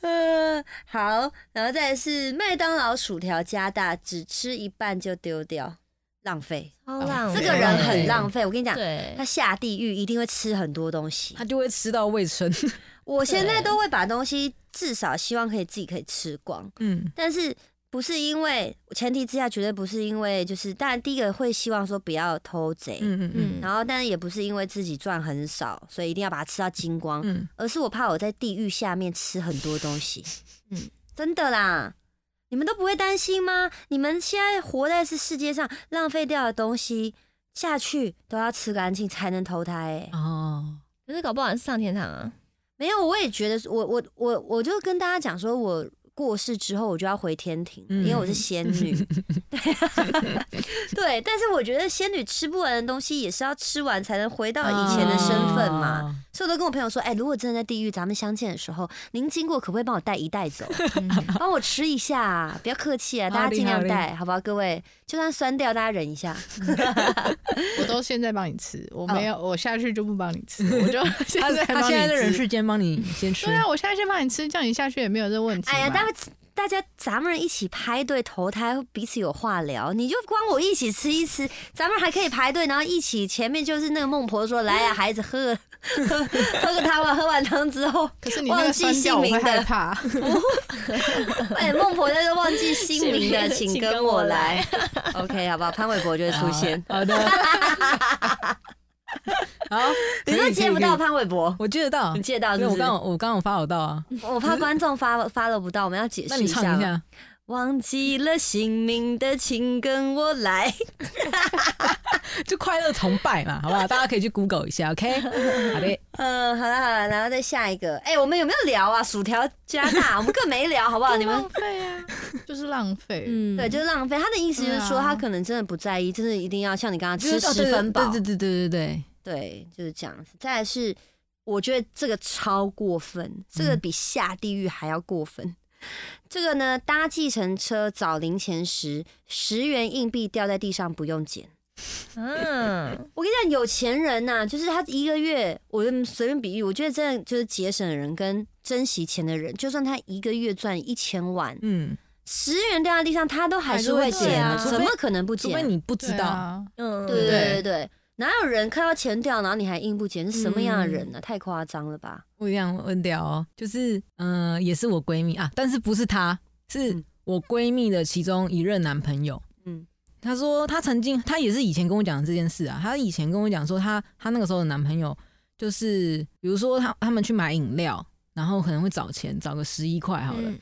Speaker 1: 嗯， (laughs) 好，然后再来是麦当劳薯条加大，只吃一半就丢掉，浪费。
Speaker 3: 超浪
Speaker 1: 这
Speaker 3: 费，
Speaker 1: 个人很
Speaker 2: 浪哦
Speaker 1: 浪费，我跟你讲，
Speaker 3: 对
Speaker 1: 他，下地狱一定会吃很多东西。
Speaker 2: 他就会吃到胃撑。
Speaker 1: 我现在都会把东西至少希望可以自己可以吃光，
Speaker 2: (laughs) 嗯
Speaker 1: 但是不是因为前提之下，绝对不是因为就是，当然第一个会希望说不要偷贼，
Speaker 2: 嗯嗯嗯
Speaker 3: 嗯
Speaker 1: 然后但是也不是因为自己赚很少，所以一定要把它吃到精光，
Speaker 2: 嗯，
Speaker 1: 而是我怕我在地狱下面吃很多东
Speaker 2: (laughs)
Speaker 1: 西。嗯
Speaker 3: 嗯，
Speaker 1: 真的啦，你们都不会担心吗？你们现在活在是世界上浪费掉的东西下去都要吃干净才能投胎、欸。
Speaker 2: 哦，
Speaker 3: 可是搞不好是上天堂啊，
Speaker 1: 没有，我也觉得是，我我我我就跟大家讲说，我过世之后我就要回天庭，
Speaker 2: 嗯
Speaker 1: 因为我是仙
Speaker 2: (laughs)
Speaker 1: 女。啊对，但是我觉得仙女吃不完的东西也是要吃完才能回到以前的身份嘛。
Speaker 2: 哦。
Speaker 1: 所以我都跟我朋友说，哎、如果真的在地狱咱们相见的时候，您经过可不可以帮我带一袋走，
Speaker 4: 嗯
Speaker 1: 帮我吃一下、不要客气啊，
Speaker 2: 好
Speaker 1: 大家尽量
Speaker 2: 好嘞
Speaker 1: 带，好不好？各位，就算酸掉，大家忍一下。
Speaker 4: 我都现在帮你吃，我没有，我下去就不帮你吃，我就 (laughs) 现
Speaker 2: 他
Speaker 4: 在
Speaker 2: 他
Speaker 4: 帮
Speaker 2: 现在在人
Speaker 4: 你吃。
Speaker 2: 世间帮你先吃
Speaker 4: 对，啊，我现在先帮你吃，这样你下去也没有这个问题嘛。
Speaker 1: 哎呀，大家大家咱们一起排队投胎，彼此有话聊。你就光我一起吃一吃，咱们还可以排队，然后一起前面就是那个孟婆说：“
Speaker 2: 嗯
Speaker 1: 来呀、孩子，喝 (laughs) 个喝喝个汤吧。”喝完汤之后，
Speaker 4: 可是你那个酸掉，我
Speaker 1: 忘记姓
Speaker 4: 会
Speaker 1: 名的
Speaker 4: 害怕。
Speaker 1: 哎，孟婆那个忘记姓名的，
Speaker 3: 姓
Speaker 1: 请跟
Speaker 3: 名的请跟
Speaker 1: 我
Speaker 3: 我
Speaker 2: (laughs)
Speaker 1: 来。OK，好不 (laughs) 好？潘玮柏就会出现。
Speaker 2: 好 (laughs) 的，好，
Speaker 1: 你
Speaker 2: 可
Speaker 1: 说
Speaker 2: 以
Speaker 1: 接不到，
Speaker 2: 可以可以
Speaker 1: 潘玮柏，
Speaker 2: 我接得到
Speaker 1: 你，借到
Speaker 2: 因
Speaker 1: 是
Speaker 2: 为
Speaker 1: 不啊是
Speaker 2: 我刚？好我刚好发我到啊，
Speaker 1: 我怕观众发发了不到，我们要解
Speaker 2: 那
Speaker 1: 释
Speaker 2: 你
Speaker 1: 一
Speaker 2: 唱
Speaker 1: 下
Speaker 2: 一
Speaker 1: 吧。
Speaker 2: 下，
Speaker 1: 忘记了姓名的，请跟我来。
Speaker 2: (laughs) 就快乐崇拜嘛，好
Speaker 1: (laughs)
Speaker 2: 不好？大家可以去 Google 一下，OK？好的，
Speaker 1: 嗯，好了好了，然后再下一个。哎、我们有没有聊啊？薯条加
Speaker 2: (laughs)
Speaker 1: 大，我们更没聊，好不好？你们
Speaker 4: 浪费啊，就是浪费。
Speaker 3: 嗯
Speaker 2: (laughs)
Speaker 1: 对，就是浪费。他的意思就是说，
Speaker 4: 对啊
Speaker 1: 他可能真的不在意，真的一定要像你刚刚
Speaker 2: 就
Speaker 1: 吃
Speaker 2: 是哦
Speaker 1: 十分饱，
Speaker 2: 对对对对对对
Speaker 1: 对，就是这样子。再来是，我觉得这个超过
Speaker 2: 嗯
Speaker 1: 分，这个比下地狱还要过分。这个呢，搭计程车找零钱时，十元硬币掉在地上不用捡。
Speaker 3: 嗯，
Speaker 1: 我跟你讲，有钱人呐、就是他一个月，我就随便比喻，我觉得真的就是节省的人跟珍惜钱的人，就算他一个月赚一千万，
Speaker 2: 嗯，
Speaker 1: 十元掉在地上，他都还是会
Speaker 3: 还是会捡
Speaker 1: 捡
Speaker 3: 啊
Speaker 1: 怎么可能不
Speaker 2: 除非
Speaker 1: 捡？
Speaker 2: 你不知
Speaker 4: 对
Speaker 2: 道，
Speaker 4: 啊，
Speaker 3: 嗯，
Speaker 1: 对对
Speaker 4: 对
Speaker 1: 对对对，哪有人看到钱掉，然后你还硬不捡？是什么样的人呢、啊太夸张了吧！
Speaker 2: 不一样问掉哦，就是嗯、呃也是我闺蜜啊，但是不是她，是
Speaker 1: 嗯
Speaker 2: 我闺蜜的其中一任男朋友。
Speaker 1: 嗯
Speaker 2: 她说她曾经，她也是以前跟我讲的这件事啊。她以前跟我讲说她，她那个时候的男朋友就是，比如说她他们去买饮料，然后可能会找钱，找个十一块好了。
Speaker 3: 嗯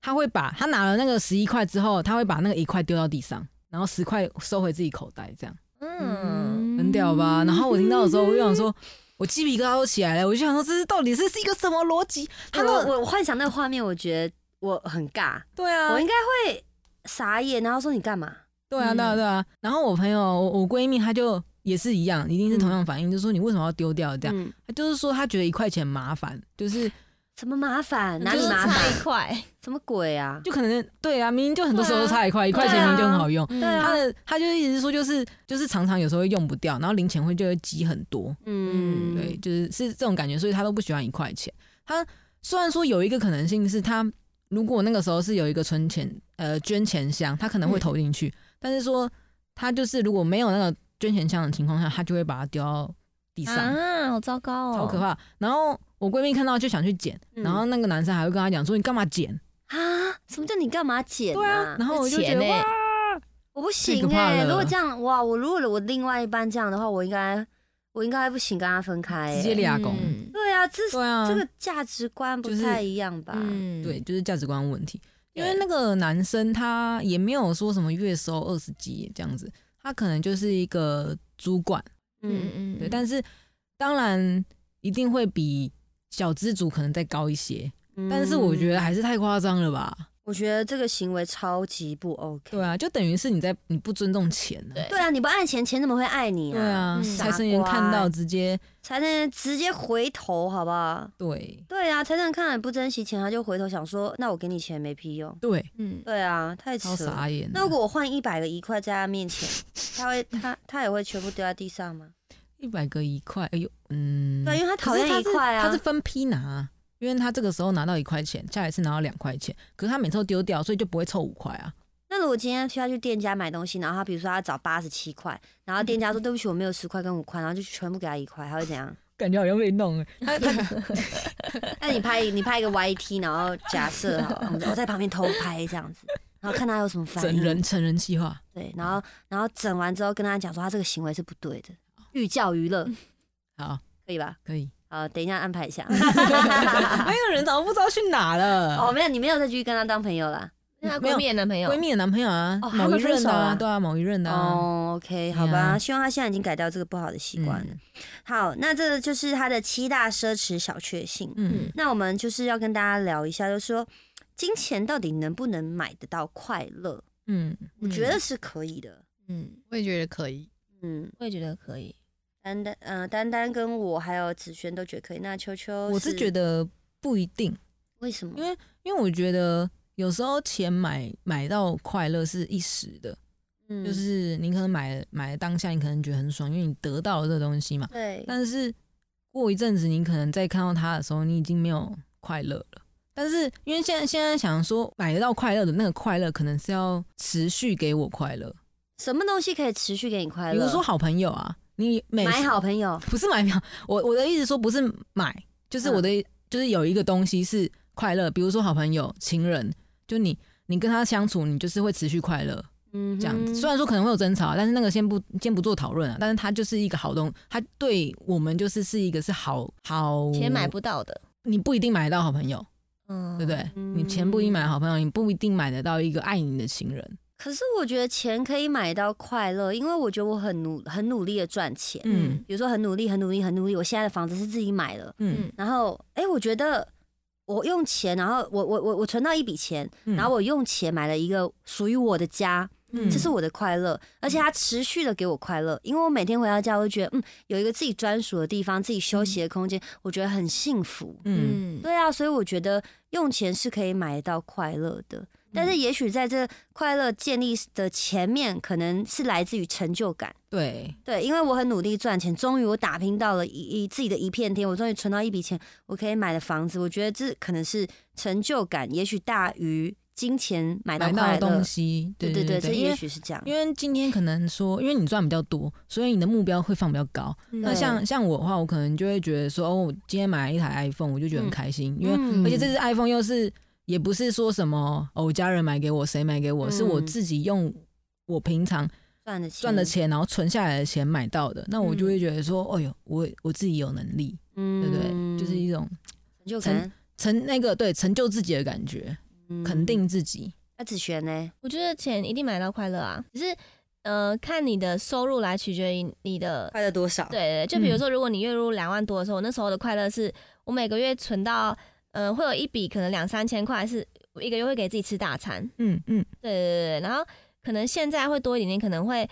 Speaker 2: 她会把她拿了那个十一块之后，她会把那个一块丢到地上，然后十块收回自己口袋，这样
Speaker 3: 嗯，
Speaker 2: 很屌吧？然后我听到的时候，我就想说，我鸡皮疙瘩都起来了。我就想说，这是到底是是一个什么逻辑？她
Speaker 1: 我
Speaker 2: 那
Speaker 1: 我我幻想那个画面，我觉得我很尬，
Speaker 2: 对啊，
Speaker 1: 我应该会傻眼，然后说你干嘛？
Speaker 2: 对啊，对啊，
Speaker 3: 嗯
Speaker 2: 对啊。然后我朋友，我我闺蜜，她就也是一样，一定是同样反应，就说你为什么要丢掉这样？
Speaker 1: 嗯，
Speaker 2: 他就是说他觉得一块钱麻烦，就是
Speaker 1: 什么麻烦？哪
Speaker 3: 就
Speaker 1: 里
Speaker 3: 是
Speaker 1: 麻
Speaker 3: 差
Speaker 1: 烦？
Speaker 3: 一块，
Speaker 1: 什么鬼啊？
Speaker 2: 就可能对啊，明明就很多时候都
Speaker 3: 对啊
Speaker 2: 差一块，一块钱
Speaker 1: 对啊
Speaker 2: 明明就很好用。
Speaker 1: 对啊
Speaker 2: 他的他就一直说就是就是常常有时候会用不掉，然后零钱会就会积很多，
Speaker 1: 嗯，
Speaker 2: 对，就是是这种感觉，所以他都不喜欢一块钱。他虽然说有一个可能性是他如果那个时候是有一个存钱呃捐钱箱，他可
Speaker 1: 嗯
Speaker 2: 能会投进去，但是说他就是如果没有那个捐钱箱的情况下，他就会把它丢到地上。
Speaker 3: 啊，好糟糕哦，
Speaker 2: 超可怕。然后我闺蜜看到就想去捡，
Speaker 1: 嗯
Speaker 2: 然后那个男生还会跟她讲说：“你干嘛捡
Speaker 1: 啊，什么叫你干嘛剪、？”
Speaker 2: 对啊，然后我就觉
Speaker 3: 钱
Speaker 2: 得
Speaker 3: 欸
Speaker 2: 哇，
Speaker 1: 我不
Speaker 2: 太
Speaker 1: 行
Speaker 2: 可怕
Speaker 1: 哎、
Speaker 2: 了
Speaker 1: 如果这样哇，我如果我另外一半这样的话，我应该我应该不行跟他分开、欸。
Speaker 2: 直接俩拱。
Speaker 3: 嗯
Speaker 1: 对啊，啊，这
Speaker 2: 对啊，
Speaker 1: 这个价值观不
Speaker 2: 就是
Speaker 1: 太一样吧？
Speaker 3: 嗯，
Speaker 2: 对，就是价值观问题。因为
Speaker 3: 对
Speaker 2: 那个男生他也没有说什么月收二十几这样子，他可能就是一个主管，
Speaker 3: 嗯
Speaker 1: 嗯，
Speaker 3: 嗯，
Speaker 2: 对，但是当然一定会比小资族可能再高一些，但是我觉
Speaker 1: 得，
Speaker 2: 得还是太夸张了吧？
Speaker 1: 嗯我觉得这个行为超级不 OK。
Speaker 2: 对啊，就等于是你在你不尊重钱呢、
Speaker 3: 对
Speaker 1: 对啊，你不爱钱，钱怎么会爱你
Speaker 2: 对啊，
Speaker 3: 嗯
Speaker 2: 财神爷看到直接
Speaker 1: 财神爷直接回头，好不好？
Speaker 2: 对
Speaker 1: 对啊，财神爷看了你不珍惜钱，他就回头想说，那我给你钱没屁用。
Speaker 2: 对，
Speaker 3: 嗯，
Speaker 1: 对啊，太扯
Speaker 2: 超
Speaker 1: 了。
Speaker 2: 傻眼的。
Speaker 1: 那如果我换一百个一块在他面前，他会他他也会全部丢在地上吗？
Speaker 2: 一百个一块，哎呦，嗯，
Speaker 1: 对因为他讨
Speaker 2: 可是
Speaker 1: 厌一
Speaker 2: 是
Speaker 1: 块啊
Speaker 2: 他是分批拿，因为他这个时候拿到一块钱，下一次拿到两块钱，可是他每次都丢掉，所以就不会凑五块啊。
Speaker 1: 那如果今天他去店家买东西，然后他比如说他找八十七块，然后店家说对不起我没有十块跟五块，然后就全部给他一块，他会怎样？
Speaker 2: 感觉好像被弄了，他他
Speaker 1: 那你拍你拍一个 YT，然 (laughs) 后假设好了我们我在旁边偷拍这样子，然后看他有什么反
Speaker 2: 整
Speaker 1: 应。
Speaker 2: 人成人计划，
Speaker 1: 对，然后然后整完之后跟他讲说他这个行为是不对的，寓教于乐，
Speaker 2: 好，
Speaker 1: 可以吧？
Speaker 2: 可 (laughs) 以。
Speaker 1: 好，等一下安排一 (laughs) 下。
Speaker 2: 还有人早就不知道去哪
Speaker 1: 哦，
Speaker 2: 了。
Speaker 1: 没有，你没有再继续跟他当朋友啦。
Speaker 3: 那她闺蜜的男朋友
Speaker 2: 闺蜜的男朋友啊
Speaker 1: 哦，他
Speaker 2: 某
Speaker 1: 们
Speaker 2: 一任
Speaker 1: 分手
Speaker 2: 的啊，
Speaker 1: 了
Speaker 2: 对啊，某一任的啊，
Speaker 1: 哦，OK，
Speaker 2: 啊
Speaker 1: 好吧，希望他现在已经改掉这个不好的习惯了
Speaker 2: 嗯。
Speaker 1: 好，那这就是他的七大奢侈小确幸。
Speaker 2: 嗯，
Speaker 1: 那我们就是要跟大家聊一下，就是说金钱到底能不能买得到快乐？
Speaker 2: 嗯，
Speaker 1: 我觉得是可以的。
Speaker 3: 嗯，
Speaker 4: 我也觉得可以。
Speaker 1: 嗯，
Speaker 3: 我也觉得可以，
Speaker 1: 丹丹，嗯、丹丹跟我还有子轩都觉得可以。那秋秋，
Speaker 2: 我是觉得不一定，
Speaker 1: 为什么？
Speaker 2: 因为因为我觉得有时候钱买买到快乐是一时的，
Speaker 1: 嗯
Speaker 2: 就是你可能买了买了当下，你可能觉得很爽，因为你得到了这个东西嘛。
Speaker 1: 对，
Speaker 2: 但是过一阵子，你可能再看到它的时候，你已经没有快乐了。但是因为现在现在想说买得到快乐的那个快乐，可能是要持续给我快乐，
Speaker 1: 什么东西可以持续给你快乐？
Speaker 2: 比如说好朋友啊，你每
Speaker 1: 买好朋
Speaker 2: (laughs)
Speaker 1: 友，
Speaker 2: 不是买票，我我的意思说不是买，就是
Speaker 1: 嗯
Speaker 2: 我的、就是有一个东西是快乐，比如说好朋友、情人，就你你跟他相处，你就是会持续快乐。
Speaker 1: 嗯哼，
Speaker 2: 这样子。虽然说可能会有争吵，啊但是那个先不先不做讨论啊。但是它就是一个好东，它对我们就是是一个是好好
Speaker 3: 钱买，不到的，
Speaker 2: 你不一定买得到好朋友，
Speaker 3: 嗯，
Speaker 2: 对不对？
Speaker 1: 嗯
Speaker 2: 你钱不一定买得到好朋友，你不一定买得到一个爱你的情人。
Speaker 1: 可是我觉得钱可以买到快乐，因为我觉得我很努很努力的赚钱，
Speaker 2: 嗯
Speaker 1: 比如说很努力、很努力、很努力，我现在的房子是自己买的，
Speaker 2: 嗯
Speaker 1: 然后哎、诶我觉得我用钱，然后我我我我存到一笔钱，
Speaker 2: 嗯
Speaker 1: 然后我用钱买了一个属于我的家，
Speaker 2: 嗯
Speaker 1: 这是我的快乐，而且它持续的给我快乐，因为我每天回到家，我会觉得嗯，有一个自己专属的地方，自己休息的空间，我觉得很幸福。
Speaker 2: 嗯
Speaker 3: 嗯，
Speaker 1: 对啊，所以我觉得用钱是可以买得到快乐的，但
Speaker 2: 嗯
Speaker 1: 是也许在这快乐建立的前面，可能是来自于成就感。
Speaker 2: 对
Speaker 1: 对，因为我很努力赚钱，终于我打拼到了一一自己的一片天，我终于存到一笔钱，我可以买了房子。我觉得这可能是成就感，也许大于金钱买到
Speaker 2: 买到
Speaker 1: 快
Speaker 2: 的
Speaker 1: 乐
Speaker 2: 东。西，
Speaker 1: 对
Speaker 2: 对
Speaker 1: 对，这
Speaker 2: 对，因
Speaker 1: 也
Speaker 2: 为
Speaker 1: 许是这样。
Speaker 2: 因为今天可能说，因为你赚比较多，所以你的目标会放比较高。那
Speaker 1: 对
Speaker 2: 像像我的话，我可能就会觉得说，哦，我今天买了一台 iPhone，我就觉得很
Speaker 1: 嗯
Speaker 2: 开心，因为
Speaker 1: 嗯
Speaker 2: 而且这只 iPhone 又是也不是说什么哦，我家人买给我，谁买给我，
Speaker 1: 嗯
Speaker 2: 是我自己用我平常
Speaker 1: 赚的钱，
Speaker 2: 赚的，钱，然后存下来的钱买到的，那我就会觉得说，哎呦，我我自己有能力，
Speaker 1: 嗯
Speaker 2: 对不对？就是一种
Speaker 1: 成就感，
Speaker 2: 成那个对成就自己的感觉，
Speaker 1: 嗯
Speaker 2: 肯定。自己，
Speaker 1: 那子璇呢？
Speaker 3: 我觉得钱一定买到快乐啊，只是呃，看你的收入来取决于你的
Speaker 1: 快乐多少？
Speaker 3: 对，就比如说，如果你月入两万多的时候，我那时候的快乐是我每个月存到，呃，会有一笔可能两三千块，是我一个月会给自己吃大餐。
Speaker 2: 嗯嗯，
Speaker 3: 对对对对，然后可能现在会多一点点，可能会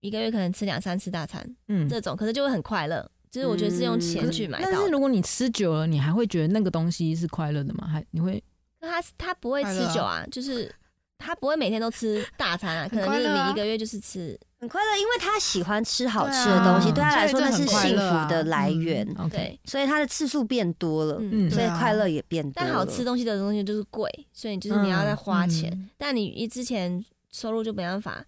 Speaker 3: 一个月可能吃两三次大餐
Speaker 2: 嗯。
Speaker 3: 这种，可是就会很快乐。就是我觉得是用钱去买
Speaker 2: 但
Speaker 3: 到
Speaker 2: 是
Speaker 3: 的，
Speaker 2: 如果你吃久了，你还会觉得那个东西是快乐的吗？还你会
Speaker 3: 可他他不会
Speaker 4: 快
Speaker 3: 吃
Speaker 4: 乐啊
Speaker 3: 酒啊，就是他不会每天都吃大餐啊，可能
Speaker 4: 快
Speaker 3: 就是
Speaker 4: 乐啊
Speaker 3: 你一个月就是吃
Speaker 1: 很快乐，因为他喜欢吃好吃
Speaker 4: 对
Speaker 1: 的
Speaker 4: 啊
Speaker 1: 东西，对他来
Speaker 4: 所
Speaker 1: 说
Speaker 4: 以这
Speaker 1: 那是
Speaker 4: 很快
Speaker 1: 幸
Speaker 4: 乐啊
Speaker 1: 福的来源，
Speaker 2: 嗯 OK，
Speaker 3: 对，
Speaker 1: 所以他的次数变多了，
Speaker 3: 嗯
Speaker 2: 嗯
Speaker 1: 所以
Speaker 4: 对啊
Speaker 1: 快乐也变多了。
Speaker 3: 但好
Speaker 2: 啊
Speaker 3: 吃东西的东西就是贵，所以
Speaker 2: 嗯
Speaker 3: 就是你要再
Speaker 4: 嗯
Speaker 3: 花钱。但你一之前收入就没办法，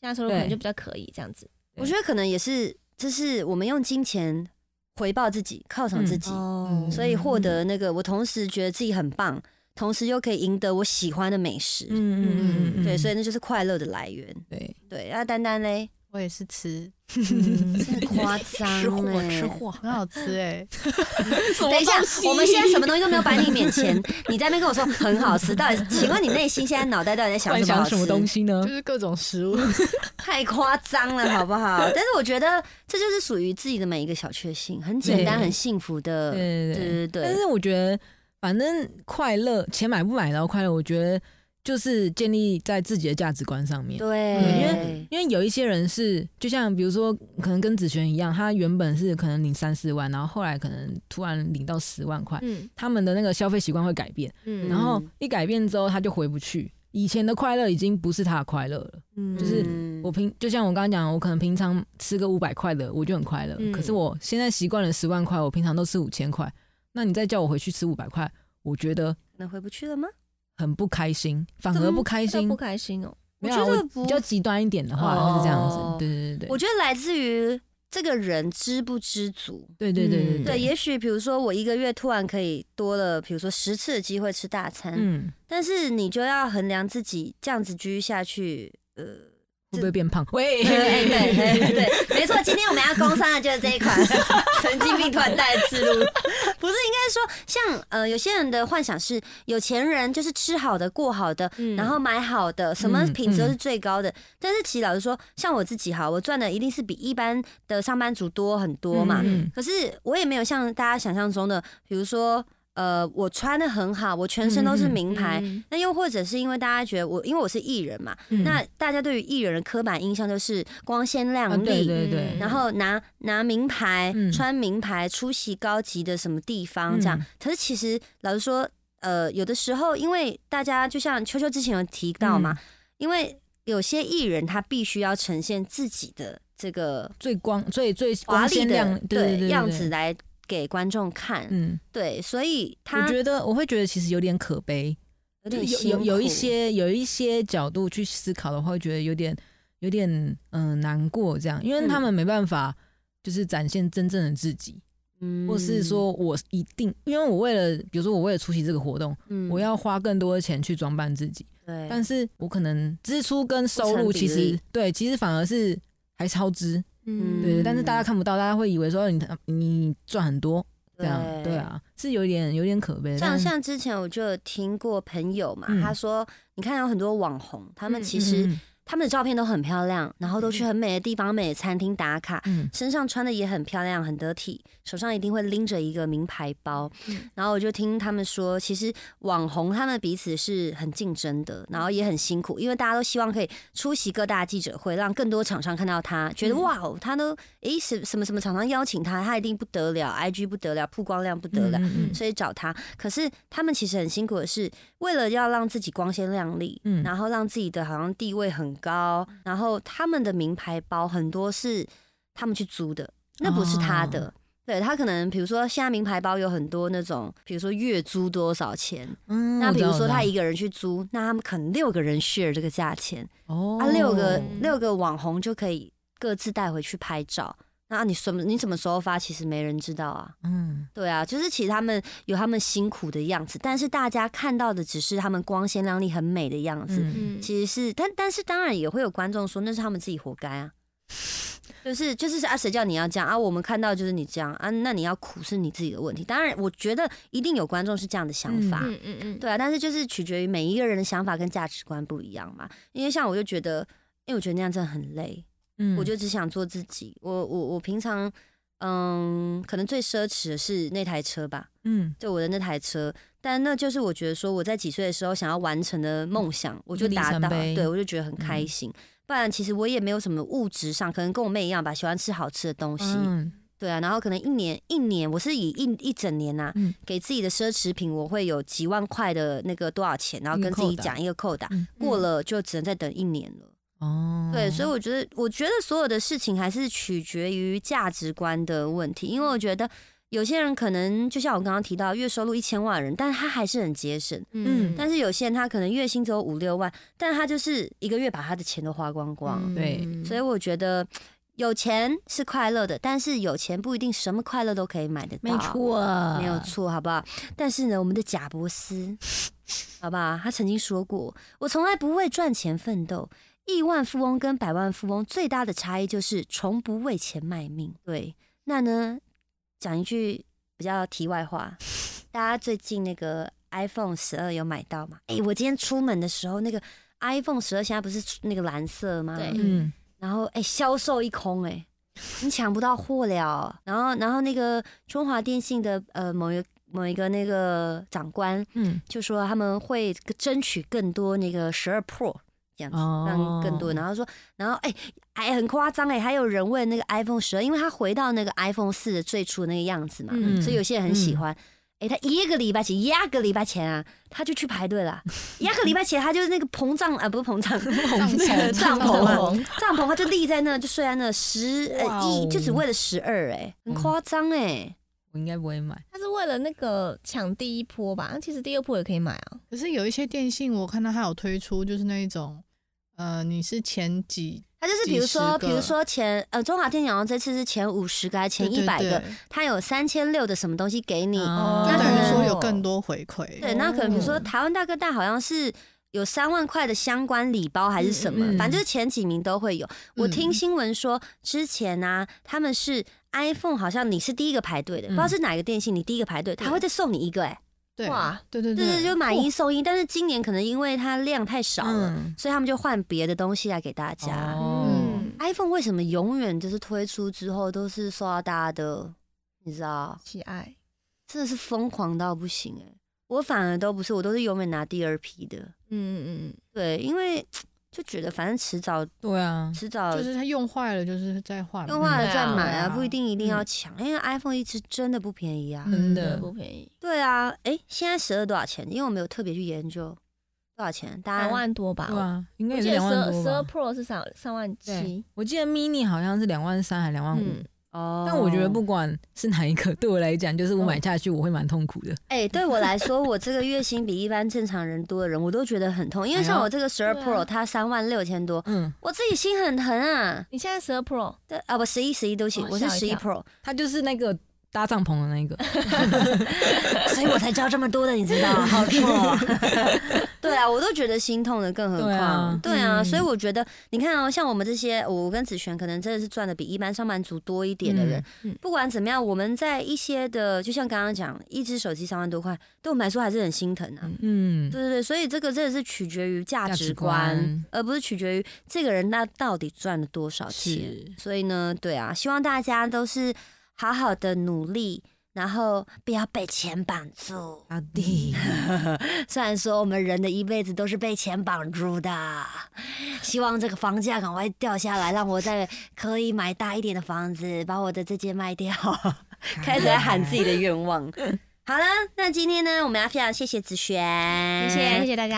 Speaker 3: 现在收入可能
Speaker 2: 对
Speaker 3: 就比较可以这样子。
Speaker 1: 我觉得可能也是，就是我们用金钱回报自己，犒赏自己，
Speaker 2: 哦
Speaker 1: 所以获得那个我同时觉得自己很棒，同时又可以赢得我喜欢的美食，
Speaker 2: 嗯嗯嗯嗯嗯，
Speaker 1: 对，所以那就是快乐的来源。啊
Speaker 2: 对，
Speaker 1: 对，那丹丹嘞，
Speaker 4: 我也是吃，嗯
Speaker 1: 真夸张欸
Speaker 2: (laughs) 吃货吃货，
Speaker 4: 很好吃哎、
Speaker 1: 等一下
Speaker 2: 什么东，西
Speaker 1: 我们现在什么东西都没有摆你面前，你在那边跟我说很好吃，到底请问你内心现在脑袋到底在想
Speaker 2: 幻
Speaker 1: 什么好
Speaker 2: 想
Speaker 1: 吃？
Speaker 2: 什么东西呢
Speaker 4: 就？是各种食物。
Speaker 1: 太夸张了，好不好？但是我觉得这就是属于自己的每一个小确幸，很简单、
Speaker 2: 对
Speaker 1: 很幸福的。
Speaker 2: 对对对。
Speaker 1: 对对对
Speaker 2: 但是我觉得，反正快乐，钱买不买到快乐，我觉得就是建立在自己的价值观上面。
Speaker 4: 嗯因
Speaker 1: 对
Speaker 4: 为，
Speaker 2: 因为有一些人是，就像比如说，可能跟子璇一样，他原本是可能领三四万，然后后来可能突然领到十万块，
Speaker 3: 嗯
Speaker 2: 他们的那个消费习惯会改变，
Speaker 3: 嗯，
Speaker 2: 然后
Speaker 1: 嗯
Speaker 2: 一改变之后他就回不去，以前的快乐已经不是他的快乐了。就是
Speaker 1: 嗯
Speaker 2: 我平就像我刚刚讲，我可能平常吃个五百块的我就很快乐，
Speaker 3: 嗯
Speaker 2: 可是我现在习惯了十万块，我平常都吃五千块，那你再叫我回去吃五百块，我觉得
Speaker 1: 那回不去了吗？
Speaker 2: 很不开心，反而不开
Speaker 3: 这
Speaker 2: 心
Speaker 3: 不。开心哦。
Speaker 2: 没有啊，
Speaker 1: 我觉得
Speaker 2: 我
Speaker 1: 不
Speaker 2: 比较极端一点的话、
Speaker 1: 哦
Speaker 2: 是这样子，对对对对，
Speaker 1: 我觉得来自于这个人知不知足。
Speaker 2: 对对对对
Speaker 1: 嗯对，也许比如说我一个月突然可以多了，比如说十次的机会吃大餐，
Speaker 2: 嗯，
Speaker 1: 但是你就要衡量自己这样子居下去，
Speaker 2: (laughs)
Speaker 1: 呃，
Speaker 2: 会不会变胖？喂，
Speaker 1: 哎对对对，没错，今天我们要工商的就是这一款
Speaker 2: (laughs)
Speaker 1: 神经病团带的之路，不是应该说像呃有些人的幻想是有钱人就是吃好的过好的，
Speaker 3: 嗯
Speaker 1: 然后买好的，什么
Speaker 2: 嗯
Speaker 1: 品质都是最高的。但是其实老实说，像我自己哈，我赚的一定是比一般的上班族多很多嘛。
Speaker 2: 嗯
Speaker 1: 可是我也没有像大家想象中的，比如说呃，我穿的很好，我全身都是
Speaker 2: 嗯嗯嗯
Speaker 1: 名牌。
Speaker 3: 嗯
Speaker 1: 那又或者是因为大家觉得我，因为我是艺人嘛，
Speaker 2: 嗯
Speaker 1: 那大家对于艺人的刻板印象就是光鲜亮
Speaker 2: 啊
Speaker 1: 丽，
Speaker 2: 对对对，
Speaker 1: 然后拿拿名牌、
Speaker 2: 嗯
Speaker 1: 穿名牌、出席高级的什么地方这样。
Speaker 2: 嗯
Speaker 1: 可是其实老实说，呃，有的时候因为大家就像秋秋之前有提到
Speaker 2: 嗯
Speaker 1: 嘛，因为有些艺人他必须要呈现自己的这个
Speaker 2: 最光最最
Speaker 1: 华
Speaker 2: 光
Speaker 1: 丽
Speaker 2: 鲜
Speaker 1: 的
Speaker 2: 亮对对对
Speaker 1: 样子
Speaker 2: 的，
Speaker 1: 来给观众看，
Speaker 2: 嗯，
Speaker 1: 对，所以他
Speaker 2: 我觉得我会觉得其实有点可悲，
Speaker 1: 有
Speaker 2: 就
Speaker 1: 点
Speaker 2: 有
Speaker 1: 辛
Speaker 2: 有
Speaker 1: 苦
Speaker 2: 有一些有一些角度去思考的话，会觉得有点有点嗯、难过这样，因为他们没办法就是展现真正的自己，
Speaker 1: 嗯
Speaker 2: 或是说我一定，因为我为了比如说我为了出席这个活动，
Speaker 1: 嗯
Speaker 2: 我要花更多的钱去装扮自己，
Speaker 1: 对，
Speaker 2: 但是我可能支出跟收
Speaker 1: 不成
Speaker 2: 入
Speaker 1: 比
Speaker 2: 其实
Speaker 1: 例
Speaker 2: 对，其实反而是还超支，
Speaker 1: 嗯
Speaker 2: 对，但是大家看不到，大家会以为说你你赚很多这样，对啊，是有点有点可悲，
Speaker 1: 像
Speaker 2: 但
Speaker 1: 像之前我就有听过朋友嘛，
Speaker 2: 嗯
Speaker 1: 他说你看有很多网红，他们
Speaker 3: 嗯
Speaker 1: 其实
Speaker 2: 嗯嗯
Speaker 1: 他们的照片都很漂亮，然后都去很美的地方、美的餐厅打卡，
Speaker 2: 嗯
Speaker 1: 身上穿的也很漂亮、很得体，手上一定会拎着一个名牌包。然后我就听他们说，其实网红他们彼此是很竞争的，然后也很辛苦，因为大家都希望可以出席各大记者会，让更多厂商看到他，觉得
Speaker 3: 嗯
Speaker 1: 哇哦，他都诶什什么什么厂商邀请他，他一定不得了，IG 不得了，曝光量不得了。
Speaker 2: 嗯嗯
Speaker 1: 所以找他。可是他们其实很辛苦的是，为了要让自己光鲜亮丽，
Speaker 2: 嗯
Speaker 1: 然后让自己的好像地位很高，然后他们的名牌包很多是他们去租的，那不是他的。
Speaker 2: 哦
Speaker 1: 对他可能，比如说现在名牌包有很多那种，比如说月租多少钱？
Speaker 2: 嗯
Speaker 1: 那
Speaker 2: 我
Speaker 1: 比
Speaker 2: 知道
Speaker 1: 如说
Speaker 2: 我知道
Speaker 1: 他一个人去租，那他们可能六个人 share 这个价钱，
Speaker 2: 哦，
Speaker 1: 啊，六个六个网红就可以各自带回去拍照。那你什么你什么时候发，其实没人知道啊。
Speaker 2: 嗯
Speaker 1: 对啊，就是其实他们有他们辛苦的样子，但是大家看到的只是他们光鲜亮丽、很美的样子。
Speaker 2: 嗯，
Speaker 3: 嗯，
Speaker 1: 其实是，但但是当然也会有观众说那是他们自己活该啊，就是就是啊，谁叫你要这样啊？我们看到就是你这样啊，那你要苦是你自己的问题。当然，我觉得一定有观众是这样的想法，
Speaker 3: 嗯嗯嗯，
Speaker 1: 对啊，但是就是取决于每一个人的想法跟价值观不一样嘛。因为像我就觉得，因为我觉得那样真的很累，
Speaker 2: 嗯
Speaker 1: 我就只想做自己。我我我平常，嗯，可能最奢侈的是那台车吧，
Speaker 2: 嗯
Speaker 1: 就我的那台车。但那就是我觉得说我在几岁的时候想要完成的梦想，我就
Speaker 2: 里
Speaker 1: 达
Speaker 2: 程
Speaker 1: 到，
Speaker 2: 碑嗯
Speaker 1: 对我就觉得很开心。不然其实我也没有什么物质上，可能跟我妹一样吧，喜欢吃好吃的东西。
Speaker 2: 嗯
Speaker 1: 对啊，然后可能一年一年，我是以一一整年呐、
Speaker 2: 嗯
Speaker 1: 给自己的奢侈品，我会有几万块的那个多少钱，然后
Speaker 2: 一个
Speaker 1: 跟自己
Speaker 2: 扣打
Speaker 1: 讲一个扣打，
Speaker 2: 嗯
Speaker 1: 过了就只能再等一年了。
Speaker 2: 哦，
Speaker 1: 对，所以
Speaker 2: 以
Speaker 1: 我觉得，我觉得所有的事情还是取决于价值观的问题，因为我觉得有些人可能就像我刚刚提到，月收入一千万的人，但他还是很节省；
Speaker 2: 嗯
Speaker 1: 但是有些人他可能月薪只有五六万，但他就是一个月把他的钱都花光光。
Speaker 2: 对
Speaker 1: 所以我觉得有钱是快乐的，但是有钱不一定什么快乐都可以买得到。
Speaker 2: 没错，
Speaker 1: 没有错，好不好？但是呢，我们的贾伯斯，好不好？他曾经说过：“我从来不为赚钱奋斗，亿万富翁跟百万富翁最大的差异就是从不为钱卖命。对，那呢，讲一句比较题外话，大家最近那个 iPhone 十二有买到吗？哎、我今天出门的时候，那个 iPhone 十二现在不是出那个蓝色吗？
Speaker 3: 对
Speaker 2: 嗯，
Speaker 1: 然后哎，销、售一空哎、 (laughs) 你抢不到货了。然后，然后那个中华电信的呃某一某一个那个长官
Speaker 2: 嗯，
Speaker 1: 就说他们会争取更多那个十二 Pro 这样子，
Speaker 2: 哦
Speaker 1: 让更多。然后说，然后哎哎很夸张哎，还有人问那个 iPhone 十二，因为它回到那个 iPhone 四的最初那个样子嘛，
Speaker 2: 嗯
Speaker 1: 所以有些人很喜欢。哎，他一个礼拜前，一个礼拜前啊，他就去排队
Speaker 2: (laughs)
Speaker 1: 了。一个礼拜前，他就是那个膨胀啊，不是膨胀， (laughs)
Speaker 4: 帐
Speaker 1: 帐
Speaker 4: 篷
Speaker 1: 篷
Speaker 3: 啊
Speaker 1: 啊，帐篷，他就立在那，就睡在那十
Speaker 2: 哇
Speaker 1: 呃
Speaker 2: 哦
Speaker 1: 一，就只为了十二，哎，很夸张哎。
Speaker 2: 我应该不会买。
Speaker 3: 他是为了那个抢第一波吧？那其实第二波也可以买啊。
Speaker 4: 可是有一些电信，我看到它有推出，就是那一种，呃，你是前几
Speaker 1: 他就是比如
Speaker 4: 几
Speaker 1: 说，
Speaker 4: 十个
Speaker 1: 比如说前呃中华电信好像这次是前五十个还是前一百
Speaker 4: 对
Speaker 1: 个
Speaker 4: 对，对
Speaker 1: 他有三千六的什么东西给你，
Speaker 2: 哦
Speaker 4: 就
Speaker 1: 那可
Speaker 4: 等于
Speaker 1: 能
Speaker 4: 说有更多回馈。
Speaker 1: 对，那可能比如说
Speaker 3: 哦
Speaker 1: 台湾大哥大好像是。有三万块的相关礼包还是什么，
Speaker 2: 嗯嗯
Speaker 1: 反正就是前几名都会有。我
Speaker 4: 嗯
Speaker 1: 听新闻说，之前呢、他们是 iPhone，好像你是第一个排队的，
Speaker 2: 嗯
Speaker 1: 不知道是哪个电信，你第一个排队，他会再送你一个、哎，
Speaker 4: 对，
Speaker 3: 哇，
Speaker 4: 对对哦
Speaker 1: 对对，就买一
Speaker 4: 衣
Speaker 1: 送一。但是今年可能因为它量太少了，
Speaker 2: 嗯，
Speaker 1: 所以他们就换别的东西来给大家。
Speaker 2: 哦，
Speaker 3: 嗯
Speaker 1: iPhone 为什么永远就是推出之后都是受到大家的，你知道，
Speaker 3: 喜爱
Speaker 1: 真的是疯狂到不行哎、我反而都不是，我都是永远拿第二批的。
Speaker 3: 嗯嗯
Speaker 1: 对，因为就觉得反正迟早
Speaker 2: 对啊，
Speaker 1: 迟早
Speaker 4: 就是它用坏了，就是再换嘛，
Speaker 1: 用坏了再买
Speaker 4: 对
Speaker 1: 啊，
Speaker 4: 啊
Speaker 1: 不一定一定要抢，因为 iPhone 一直真的不便宜啊。
Speaker 2: 真
Speaker 3: 嗯，
Speaker 2: 的
Speaker 3: 不便宜，
Speaker 1: 对啊，哎，现在十二多少钱？因为我没有特别去研究多少钱，大
Speaker 3: 两
Speaker 1: 家
Speaker 3: 万多吧？
Speaker 2: 对啊，应该
Speaker 3: 我
Speaker 2: 也
Speaker 3: 记
Speaker 2: 是
Speaker 3: 得十
Speaker 2: 两万
Speaker 3: 二
Speaker 2: 多
Speaker 3: 十二
Speaker 2: 吧。
Speaker 3: Pro 是三三万七
Speaker 2: 对，我记得 mini 好像是两万三还两万五
Speaker 3: 嗯，，
Speaker 1: 哦
Speaker 2: 但我觉得不管是哪一个，对我来讲，就是我买下去我会蛮痛苦的。
Speaker 1: 哎、对我来说，我这个月薪比一般正常人多的人，我都觉得很痛，因为
Speaker 2: 哎
Speaker 1: 像
Speaker 2: 呦
Speaker 1: 我这个十二
Speaker 3: 对啊
Speaker 1: Pro，它三万六千多，
Speaker 2: 嗯，
Speaker 1: 我自己心很疼啊。
Speaker 3: 你现在十二 Pro
Speaker 1: 对啊，不十一十一，对不起，
Speaker 3: 哦
Speaker 1: 我是
Speaker 3: 吓我
Speaker 1: 十
Speaker 3: 一
Speaker 1: 一
Speaker 3: 跳
Speaker 1: Pro，
Speaker 2: 它就是那个搭帐篷的那
Speaker 1: (laughs)
Speaker 2: 个，
Speaker 1: 所以我才交这么多的，你知
Speaker 3: (laughs)
Speaker 1: 道吗？好痛啊！ (laughs) 对啊，我都觉得心痛的，更何况
Speaker 2: 对啊
Speaker 1: 对啊，
Speaker 2: 嗯
Speaker 1: 所以我觉得你看哦，像我们这些，我跟子璇可能真的是赚的比一般上班族多一点的人
Speaker 3: 嗯嗯，
Speaker 1: 不管怎么样，我们在一些的，就像刚刚讲，一只手机三万多块，对我们来说还是很心疼啊。
Speaker 2: 嗯，
Speaker 1: 对对对，所以这个真的是取决于价
Speaker 2: 价
Speaker 1: 值
Speaker 2: 值
Speaker 1: 观，
Speaker 2: 观
Speaker 1: 而不是取决于这个人他到底赚了多少钱。
Speaker 2: 是，
Speaker 1: 所以呢，对啊，希望大家都是好好的努力，然后不要被钱绑住。
Speaker 2: 阿弟，
Speaker 1: 虽然说我们人的一辈子都是被钱绑住的，希望这个房价赶快掉下来，让我再可以买大一点的房子，把我的这间卖掉。 (laughs) 开始在喊自己的愿望。好了，那今天呢，我们要非常谢谢子璇，
Speaker 2: 哎
Speaker 3: 谢谢谢谢大
Speaker 2: 嗯
Speaker 3: 家，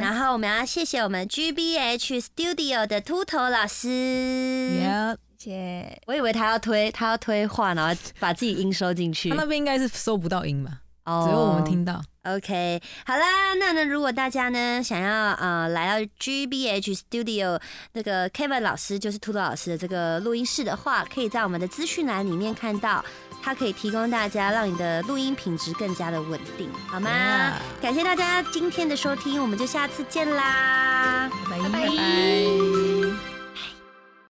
Speaker 1: 然后我们要谢谢我们 GBH Studio 的秃头老师。嗯
Speaker 2: Yeah，
Speaker 3: 谢谢。
Speaker 1: 我以为他要推，他要推话，然后把自己音收进去
Speaker 2: (laughs) 他。那边应该是收不到音吧，
Speaker 1: 哦
Speaker 2: 只有我们。听到。
Speaker 1: OK，好啦，那呢，如果大家呢想要呃来到 GBH Studio 那个 Kevin 老师，就是秃头老师的这个录音室的话，可以在我们的资讯栏里面看到，它可以提供大家让你的录音品质更加的稳定，好吗
Speaker 2: Yeah
Speaker 1: 感谢大家今天的收听，我们就下次见啦，
Speaker 3: 拜拜
Speaker 4: 拜。